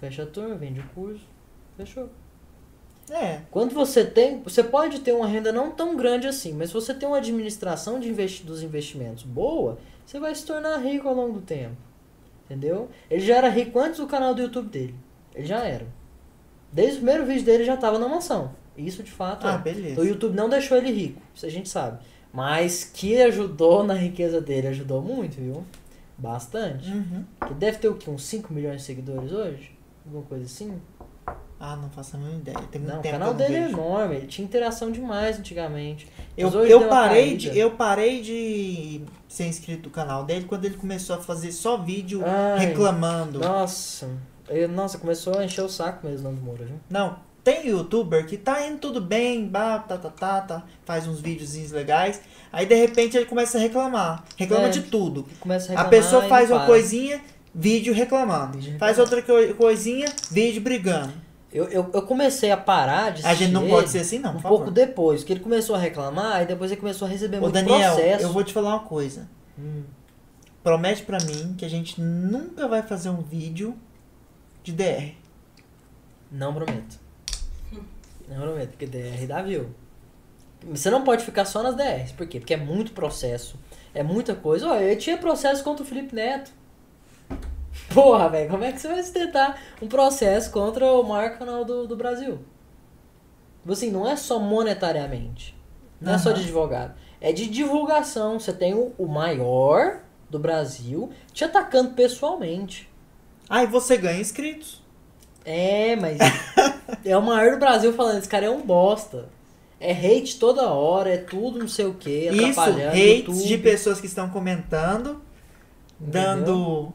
S3: Fecha a turma, vende o curso, fechou.
S2: É.
S3: Quando você tem, você pode ter uma renda não tão grande assim, mas se você tem uma administração de investi dos investimentos boa, você vai se tornar rico ao longo do tempo. Entendeu? Ele já era rico antes do canal do YouTube dele. Ele já era. Desde o primeiro vídeo dele ele já estava na mansão. Isso de fato
S2: Ah,
S3: é.
S2: beleza.
S3: O YouTube não deixou ele rico, isso a gente sabe. Mas que ajudou na riqueza dele, ajudou muito, viu? Bastante.
S2: Uhum.
S3: Que deve ter o quê? Uns 5 milhões de seguidores hoje? Alguma coisa assim?
S2: Ah, não faço a mínima ideia. Tem muito
S3: Não, o
S2: tempo
S3: canal
S2: que eu não
S3: dele é
S2: vejo.
S3: enorme, ele tinha interação demais antigamente. Mas
S2: Eu,
S3: hoje deu
S2: eu,
S3: uma
S2: parei
S3: caída.
S2: de, eu parei de ser inscrito no canal dele quando ele começou a fazer só vídeo
S3: Ai,
S2: reclamando.
S3: Nossa, eu- nossa, começou a encher o saco mesmo o Nando Moura, viu?
S2: Não, tem youtuber que tá indo tudo bem, bah, tá, tá, tá, tá, faz uns videozinhos legais, aí de repente ele começa a reclamar. Reclama
S3: É.
S2: de tudo.
S3: Começa a
S2: A
S3: reclamar
S2: pessoa
S3: e
S2: faz
S3: não
S2: uma
S3: para.
S2: coisinha, vídeo reclamando.
S3: Vídeo
S2: Faz outra coi- coisinha, vídeo brigando.
S3: Eu, eu, eu comecei a parar de
S2: A gente não
S3: assistir
S2: pode
S3: ele
S2: ser assim, não,
S3: um
S2: por
S3: pouco
S2: favor.
S3: depois, que ele começou a reclamar, aí depois ele começou a receber
S2: Ô
S3: muito
S2: Daniel,
S3: processo.
S2: eu vou te falar uma coisa.
S3: Hum.
S2: Promete pra mim que a gente nunca vai fazer um vídeo de DR.
S3: Não prometo. Não prometo, porque DR dá view. Você não pode ficar só nas DRs. Por quê? Porque é muito processo. É muita coisa. Olha, eu tinha processo contra o Felipe Neto. Porra, velho, como é que você vai sustentar um processo contra o maior canal do, do Brasil? Tipo Assim, não é só monetariamente. Não é só
S2: Aham.
S3: de advogado. É de divulgação. Você tem o, o maior do Brasil te atacando pessoalmente.
S2: Aí você ganha inscritos.
S3: É, mas é o maior do Brasil falando, esse cara é um bosta. É hate toda hora, é tudo não sei o que,
S2: Isso,
S3: atrapalhando
S2: hates de
S3: YouTube.
S2: pessoas que estão comentando, dando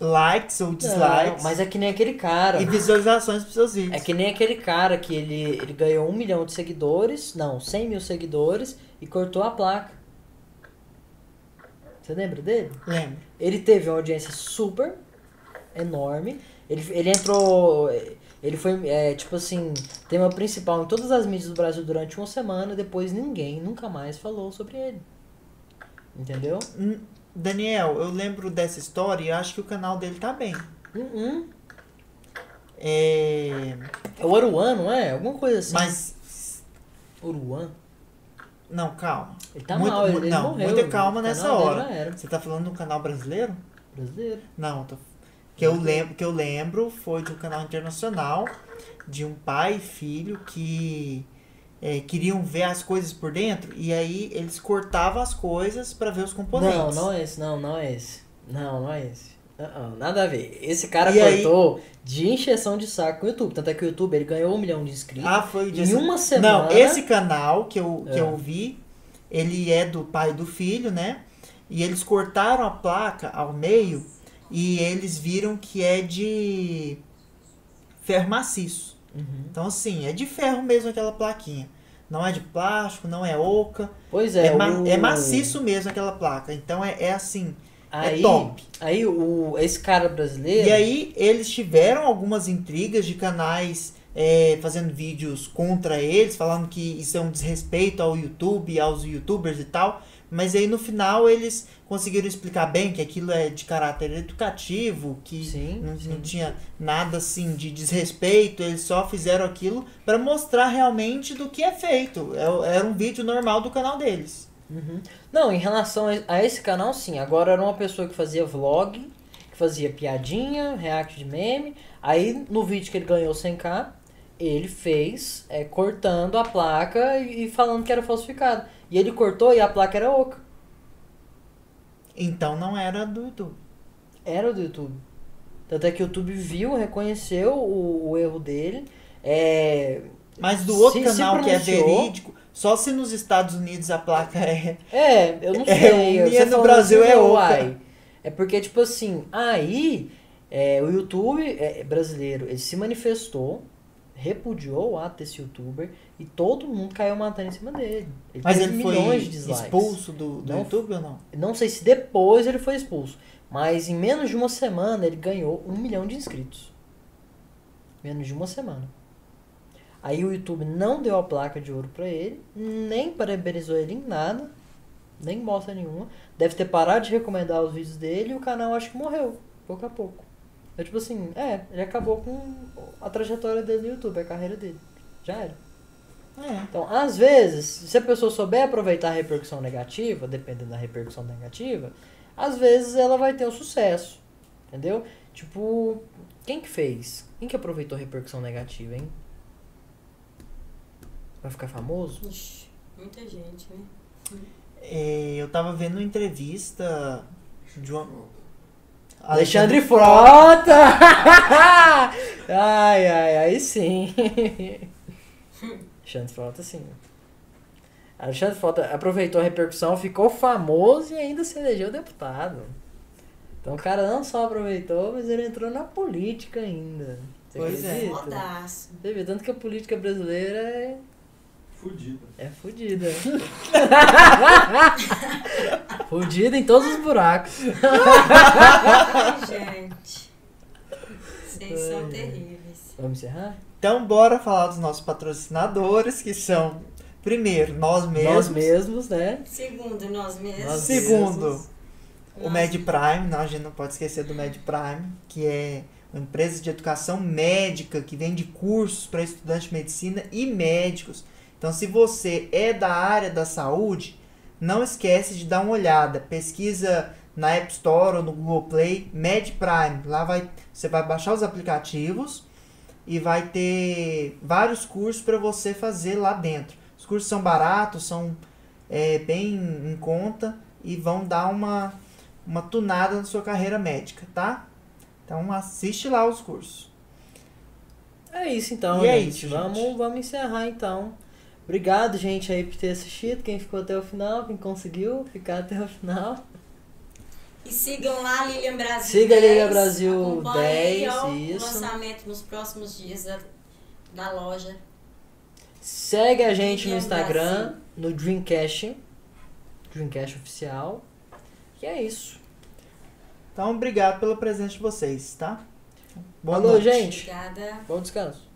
S2: likes ou
S3: Não,
S2: dislikes
S3: mas é que nem aquele cara.
S2: e visualizações pros seus vídeos.
S3: É que nem aquele cara que ele, ele ganhou um milhão de seguidores, não, 100 mil seguidores e cortou a placa. Você lembra dele?
S2: Lembra?
S3: Ele teve uma audiência super enorme. Ele, ele entrou. Ele foi, é, tipo assim, tema principal em todas as mídias do Brasil durante uma semana. Depois ninguém nunca mais falou sobre ele. Entendeu?
S2: Hum, Daniel, eu lembro dessa história e acho que o canal dele tá bem.
S3: Uh-uh.
S2: É,
S3: É o Aruan, não é? Alguma coisa assim.
S2: Mas.
S3: Uruan.
S2: Não, calma.
S3: Ele tá
S2: Muito-
S3: mal, ele, ele
S2: não,
S3: morreu. né? Tá
S2: muita calma
S3: O canal
S2: nessa
S3: dele
S2: hora.
S3: Já era.
S2: Você tá falando de um canal brasileiro?
S3: Brasileiro.
S2: Não, eu tô... que eu lembro que eu lembro foi de um canal internacional de um pai e filho que é, queriam ver as coisas por dentro e aí eles cortavam as coisas pra ver os
S3: Não,
S2: componentes.
S3: não é esse, não, não é esse. Não, não é esse. Ah, ah, nada a ver. Esse cara
S2: E aí-
S3: cortou de encheção de saco com o YouTube. Tanto é que o YouTube ele ganhou um milhão de inscritos.
S2: Ah, foi o dia.
S3: Em um uma semana.
S2: Não, esse canal que eu, que
S3: É.
S2: eu vi, ele é do pai e do filho, né? E eles cortaram a placa ao meio e eles viram que é de ferro maciço.
S3: Uhum.
S2: Então, assim, é de ferro mesmo aquela plaquinha. Não é de plástico, não é oca.
S3: Pois
S2: É,
S3: é.
S2: ma-
S3: o-
S2: é maciço mesmo aquela placa. Então, é, é assim.
S3: Aí,
S2: é top.
S3: Aí o, esse cara brasileiro.
S2: E aí, eles tiveram algumas intrigas de canais é, fazendo vídeos contra eles, falando que isso é um desrespeito ao YouTube, aos youtubers e tal. Mas aí, no final, eles conseguiram explicar bem que aquilo é de caráter educativo, que
S3: Sim,
S2: não,
S3: sim.
S2: não tinha nada assim de desrespeito, eles só fizeram aquilo pra mostrar realmente do que é feito. É- Era um vídeo normal do canal deles.
S3: Uhum. Não, em relação a- a esse canal, sim. Agora era uma pessoa que fazia vlog, que fazia piadinha, react de meme. Aí no vídeo que ele ganhou 100k, ele fez é, cortando a placa e, e falando que era falsificado. E ele cortou e a placa era oca.
S2: Então não era do YouTube.
S3: Era do YouTube. Tanto é que o YouTube viu, reconheceu o, o erro dele. É,
S2: Mas do outro
S3: Se- se
S2: canal que é
S3: pronunciou.
S2: verídico, só se nos Estados Unidos a placa é.
S3: É, eu não
S2: É,
S3: sei.
S2: um
S3: eu-
S2: dia
S3: você
S2: no
S3: falando
S2: Brasil
S3: assim,
S2: é
S3: eu,
S2: outra.
S3: uai. É porque, tipo assim, aí é, o YouTube é, é brasileiro, ele se manifestou, repudiou o ato desse youtuber e todo mundo caiu matando em cima dele. Ele
S2: Mas
S3: teve
S2: ele foi
S3: milhões de dislikes.
S2: expulso do, do
S3: Não-
S2: YouTube ou não?
S3: Não sei se depois ele foi expulso, mas em menos de uma semana ele ganhou um milhão de inscritos. Menos de uma semana. Aí o YouTube não deu a placa de ouro pra ele, nem parabenizou ele em nada, nem bosta nenhuma. Deve ter parado de recomendar os vídeos dele e o canal acho que morreu, pouco a pouco. É tipo assim, é, ele acabou com a trajetória dele no YouTube, a carreira dele. Já era.
S2: É.
S3: Então, às vezes, se a pessoa souber aproveitar a repercussão negativa, dependendo da repercussão negativa, às vezes ela vai ter um sucesso. Entendeu? Tipo, quem que fez? Quem que aproveitou a repercussão negativa, hein? Vai ficar famoso?
S4: Ixi, muita gente, né?
S2: É, eu tava vendo uma entrevista de uma.
S3: Alexandre Frota! ai, ai, aí sim. Alexandre Frota, sim. Alexandre Frota aproveitou a repercussão, ficou famoso e ainda se elegeu deputado. Então o cara não só aproveitou, mas ele entrou na política ainda. Você
S2: Pois é.
S3: acredita?
S4: Rodaço.
S3: Você vê, tanto que a política brasileira é,
S5: Fudido.
S3: é fudida. fudida em todos os buracos.
S4: Ai, gente. Vocês são terríveis.
S3: Vamos encerrar?
S2: Então bora falar dos nossos patrocinadores, que são, primeiro, nós mesmos.
S3: Nós mesmos, né?
S4: Segundo, nós
S3: Nós
S4: mesmos.
S2: Segundo,
S3: mesmos.
S2: o Med Prime, não, a gente não pode esquecer do Med Prime, que é uma empresa de educação médica que vende cursos para estudantes de medicina e médicos. Então, se você é da área da saúde, não esquece de dar uma olhada. Pesquisa na App Store ou no Google Play, Med Prime. Lá vai, você vai baixar os aplicativos e vai ter vários cursos para você fazer lá dentro. Os cursos são baratos, são é, bem em conta e vão dar uma uma tunada na sua carreira médica, tá? Então assiste lá os cursos.
S3: É isso então,
S2: E
S3: gente.
S2: é isso,
S3: Vamos,
S2: gente.
S3: vamos encerrar então. Obrigado, gente, aí por ter assistido, quem ficou até o final, quem conseguiu ficar até o final.
S4: E sigam lá Lilian Brasil.
S3: Siga a Lilian
S4: 10,
S3: Brasil
S4: acompanhem
S3: 10,
S4: ó, o
S3: isso.
S4: lançamento nos próximos dias da, da loja.
S3: Segue a gente no
S4: Lilian
S3: Instagram, no Dreamcast, Dreamcast oficial. E é isso.
S2: Então obrigado pela presença de vocês, tá? Boa
S3: Falou,
S2: noite.
S3: gente.
S4: Obrigada.
S3: Bom descanso.